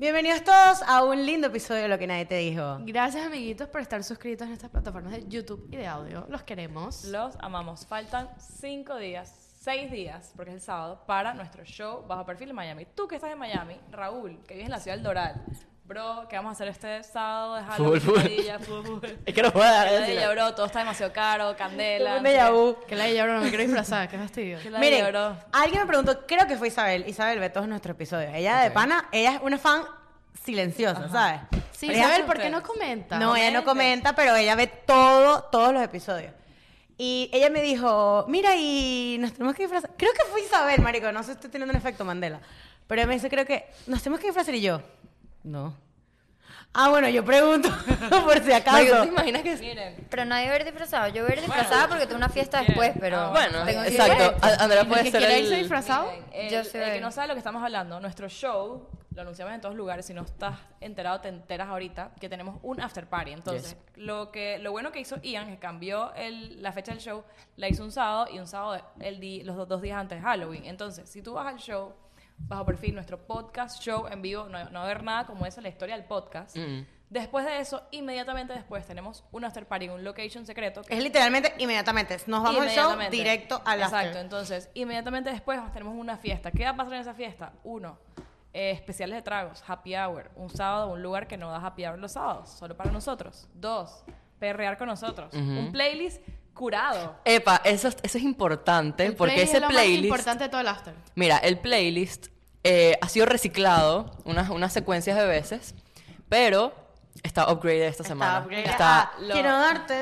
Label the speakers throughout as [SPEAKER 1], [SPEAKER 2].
[SPEAKER 1] Bienvenidos todos a un lindo episodio de Lo que nadie te dijo.
[SPEAKER 2] Gracias, amiguitos, por estar suscritos en estas plataformas de YouTube y de audio. Los queremos.
[SPEAKER 3] Los amamos. Faltan cinco días, seis días, porque es el sábado, para nuestro show Bajo Perfil en Miami. Tú que estás en Miami, Raúl, que vives en la ciudad del Doral. Bro, ¿qué vamos a hacer este sábado? de Halloween,
[SPEAKER 4] Fútbol, fútbol.
[SPEAKER 3] pesadilla, fútbol, fútbol.
[SPEAKER 4] Es que no puedo dar.
[SPEAKER 3] Qué ladilla, bro, todo está demasiado caro, candela.
[SPEAKER 1] Un déjà vu.
[SPEAKER 2] Que la de ya, bro, no me quiero disfrazar, qué fastidio.
[SPEAKER 3] Qué ladilla,
[SPEAKER 1] Miren,
[SPEAKER 3] bro.
[SPEAKER 1] alguien me preguntó, creo que fue Isabel. Isabel ve todos nuestros episodios. Ella de
[SPEAKER 4] Ok.
[SPEAKER 1] pana, ella es una fan silenciosa, ¿sabes?
[SPEAKER 2] Sí,
[SPEAKER 1] Ella-
[SPEAKER 2] Isabel, ¿por qué no
[SPEAKER 3] ustedes.
[SPEAKER 2] comenta?
[SPEAKER 1] No, ella no
[SPEAKER 3] Totalmente.
[SPEAKER 1] comenta, pero ella ve todo, todos los episodios. Y ella me dijo, mira, y nos tenemos que disfrazar. Creo que fue Isabel, marico, no sé si estoy teniendo un efecto Mandela. Pero ella me dice, creo que nos tenemos que disfrazar. Y yo, no. Ah, bueno, yo pregunto, por si acaso.
[SPEAKER 5] Marico, ¿te imaginas que
[SPEAKER 3] Miren,
[SPEAKER 5] Pero nadie va a ir disfrazado. Yo voy a ir disfrazada porque tengo una fiesta
[SPEAKER 3] bien.
[SPEAKER 1] pues,
[SPEAKER 5] después, pero.
[SPEAKER 3] Ah,
[SPEAKER 4] Bueno,
[SPEAKER 5] tengo que ir
[SPEAKER 4] exacto.
[SPEAKER 5] disfrazada.
[SPEAKER 4] A- Andrea
[SPEAKER 2] ¿El
[SPEAKER 4] puede
[SPEAKER 2] que
[SPEAKER 4] ser
[SPEAKER 2] quiera irse
[SPEAKER 4] el.
[SPEAKER 2] disfrazado?
[SPEAKER 3] miren, el,
[SPEAKER 5] Yo soy-
[SPEAKER 3] el que no sabe lo que estamos hablando, nuestro show lo anunciamos en todos lugares. Si no estás enterado, te enteras ahorita que tenemos un after party. Entonces, lo que lo bueno que hizo Ian es que cambió el- la fecha del show, la hizo un sábado y un sábado el di- los dos, dos días antes de Halloween. Entonces, si tú vas al show bajo perfil, nuestro podcast show en vivo, no, no va a haber nada como eso, la historia del podcast. Después de eso, inmediatamente después tenemos un after party en un location secreto. que
[SPEAKER 1] Es literalmente inmediatamente. Nos vamos al show
[SPEAKER 3] Inmediatamente.
[SPEAKER 1] directo al
[SPEAKER 3] Exacto,
[SPEAKER 1] after.
[SPEAKER 3] entonces inmediatamente después tenemos una fiesta. ¿Qué va a pasar en esa fiesta? Uno, eh, especiales de tragos, happy hour. Un sábado, un lugar que no da happy hour los sábados, solo para nosotros. Dos, perrear con nosotros. Un playlist curado.
[SPEAKER 4] Epa, eso, es- eso es importante
[SPEAKER 2] El
[SPEAKER 4] porque
[SPEAKER 2] playlist
[SPEAKER 4] ese
[SPEAKER 2] es lo más
[SPEAKER 4] playlist.
[SPEAKER 2] importante de todo el after.
[SPEAKER 4] Mira, el playlist eh, ha sido reciclado unas, unas secuencias de veces, pero está upgraded esta semana.
[SPEAKER 1] upgrade
[SPEAKER 4] Está.
[SPEAKER 2] Ah,
[SPEAKER 1] a-
[SPEAKER 3] lo-
[SPEAKER 1] Quiero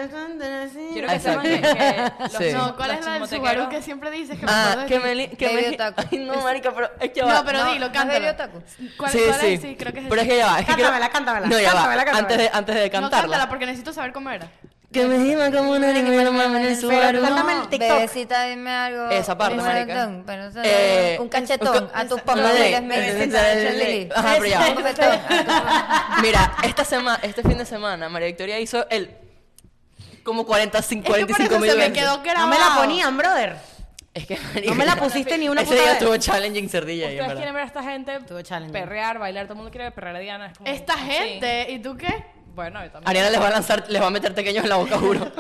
[SPEAKER 1] darte.
[SPEAKER 3] Quiero que
[SPEAKER 4] Exacto.
[SPEAKER 3] sepan que, que los,
[SPEAKER 4] Sí.
[SPEAKER 2] No, ¿cuál
[SPEAKER 3] los
[SPEAKER 2] es la del
[SPEAKER 3] chismotequeros-
[SPEAKER 2] Subaru que siempre dices que me acuerdo
[SPEAKER 4] Ah,
[SPEAKER 2] de
[SPEAKER 4] que
[SPEAKER 2] ti?
[SPEAKER 4] me. li- Que
[SPEAKER 5] Baby
[SPEAKER 4] me
[SPEAKER 5] otaku.
[SPEAKER 4] Ay, no, marica, pero. Es que va.
[SPEAKER 2] No, pero
[SPEAKER 5] No,
[SPEAKER 2] dilo,
[SPEAKER 5] ¿no es
[SPEAKER 2] cántalo.
[SPEAKER 5] Baby Otaku?
[SPEAKER 2] ¿Cuál,
[SPEAKER 4] sí,
[SPEAKER 2] cuál
[SPEAKER 4] sí.
[SPEAKER 2] es? Sí, creo que es
[SPEAKER 4] Pero es
[SPEAKER 2] ese.
[SPEAKER 4] que ya va. Es que quiero-
[SPEAKER 1] Cántamela, cántamela,
[SPEAKER 4] No, ya
[SPEAKER 1] cántamela,
[SPEAKER 4] va.
[SPEAKER 1] cántamela.
[SPEAKER 4] Antes de, antes de
[SPEAKER 2] No,
[SPEAKER 4] cantarla.
[SPEAKER 2] cántala porque necesito saber cómo era.
[SPEAKER 4] Que me gima como un animal hermano en el Subaru.
[SPEAKER 1] cántame el TikTok.
[SPEAKER 5] Bebecita, dime algo.
[SPEAKER 4] Esa parte,
[SPEAKER 5] Un
[SPEAKER 4] marica.
[SPEAKER 5] moretón, pero eso-
[SPEAKER 4] Eh,
[SPEAKER 5] un cachetón a tus papás
[SPEAKER 4] Lele,
[SPEAKER 5] les mereces.
[SPEAKER 4] Lele, Lele. Ajá, pero ya va.
[SPEAKER 5] Un bofetón a tus papás.
[SPEAKER 4] Mira, esta semana, este fin de semana, María Victoria hizo el como 40,
[SPEAKER 2] Es que por
[SPEAKER 4] 45
[SPEAKER 2] eso
[SPEAKER 4] mil
[SPEAKER 2] se me
[SPEAKER 4] veces.
[SPEAKER 2] quedó grabado.
[SPEAKER 1] No me la ponían, brother.
[SPEAKER 4] Es que marica,
[SPEAKER 1] No me la pusiste ni una
[SPEAKER 4] Ese
[SPEAKER 1] puta
[SPEAKER 4] día
[SPEAKER 1] vez.
[SPEAKER 4] estuvo challenging cerdilla ahí, en
[SPEAKER 3] Ustedes quieren
[SPEAKER 4] verdad.
[SPEAKER 3] ver a esta gente
[SPEAKER 1] Tuvo challenge.
[SPEAKER 3] perrear, bailar. Todo el mundo quiere perrear a Diana. es como-
[SPEAKER 2] Esta
[SPEAKER 3] sí.
[SPEAKER 2] gente, ¿y tú qué?
[SPEAKER 3] Bueno, yo también.
[SPEAKER 4] Ariana les va a lanzar, les va a meter pequeños en la boca, juro.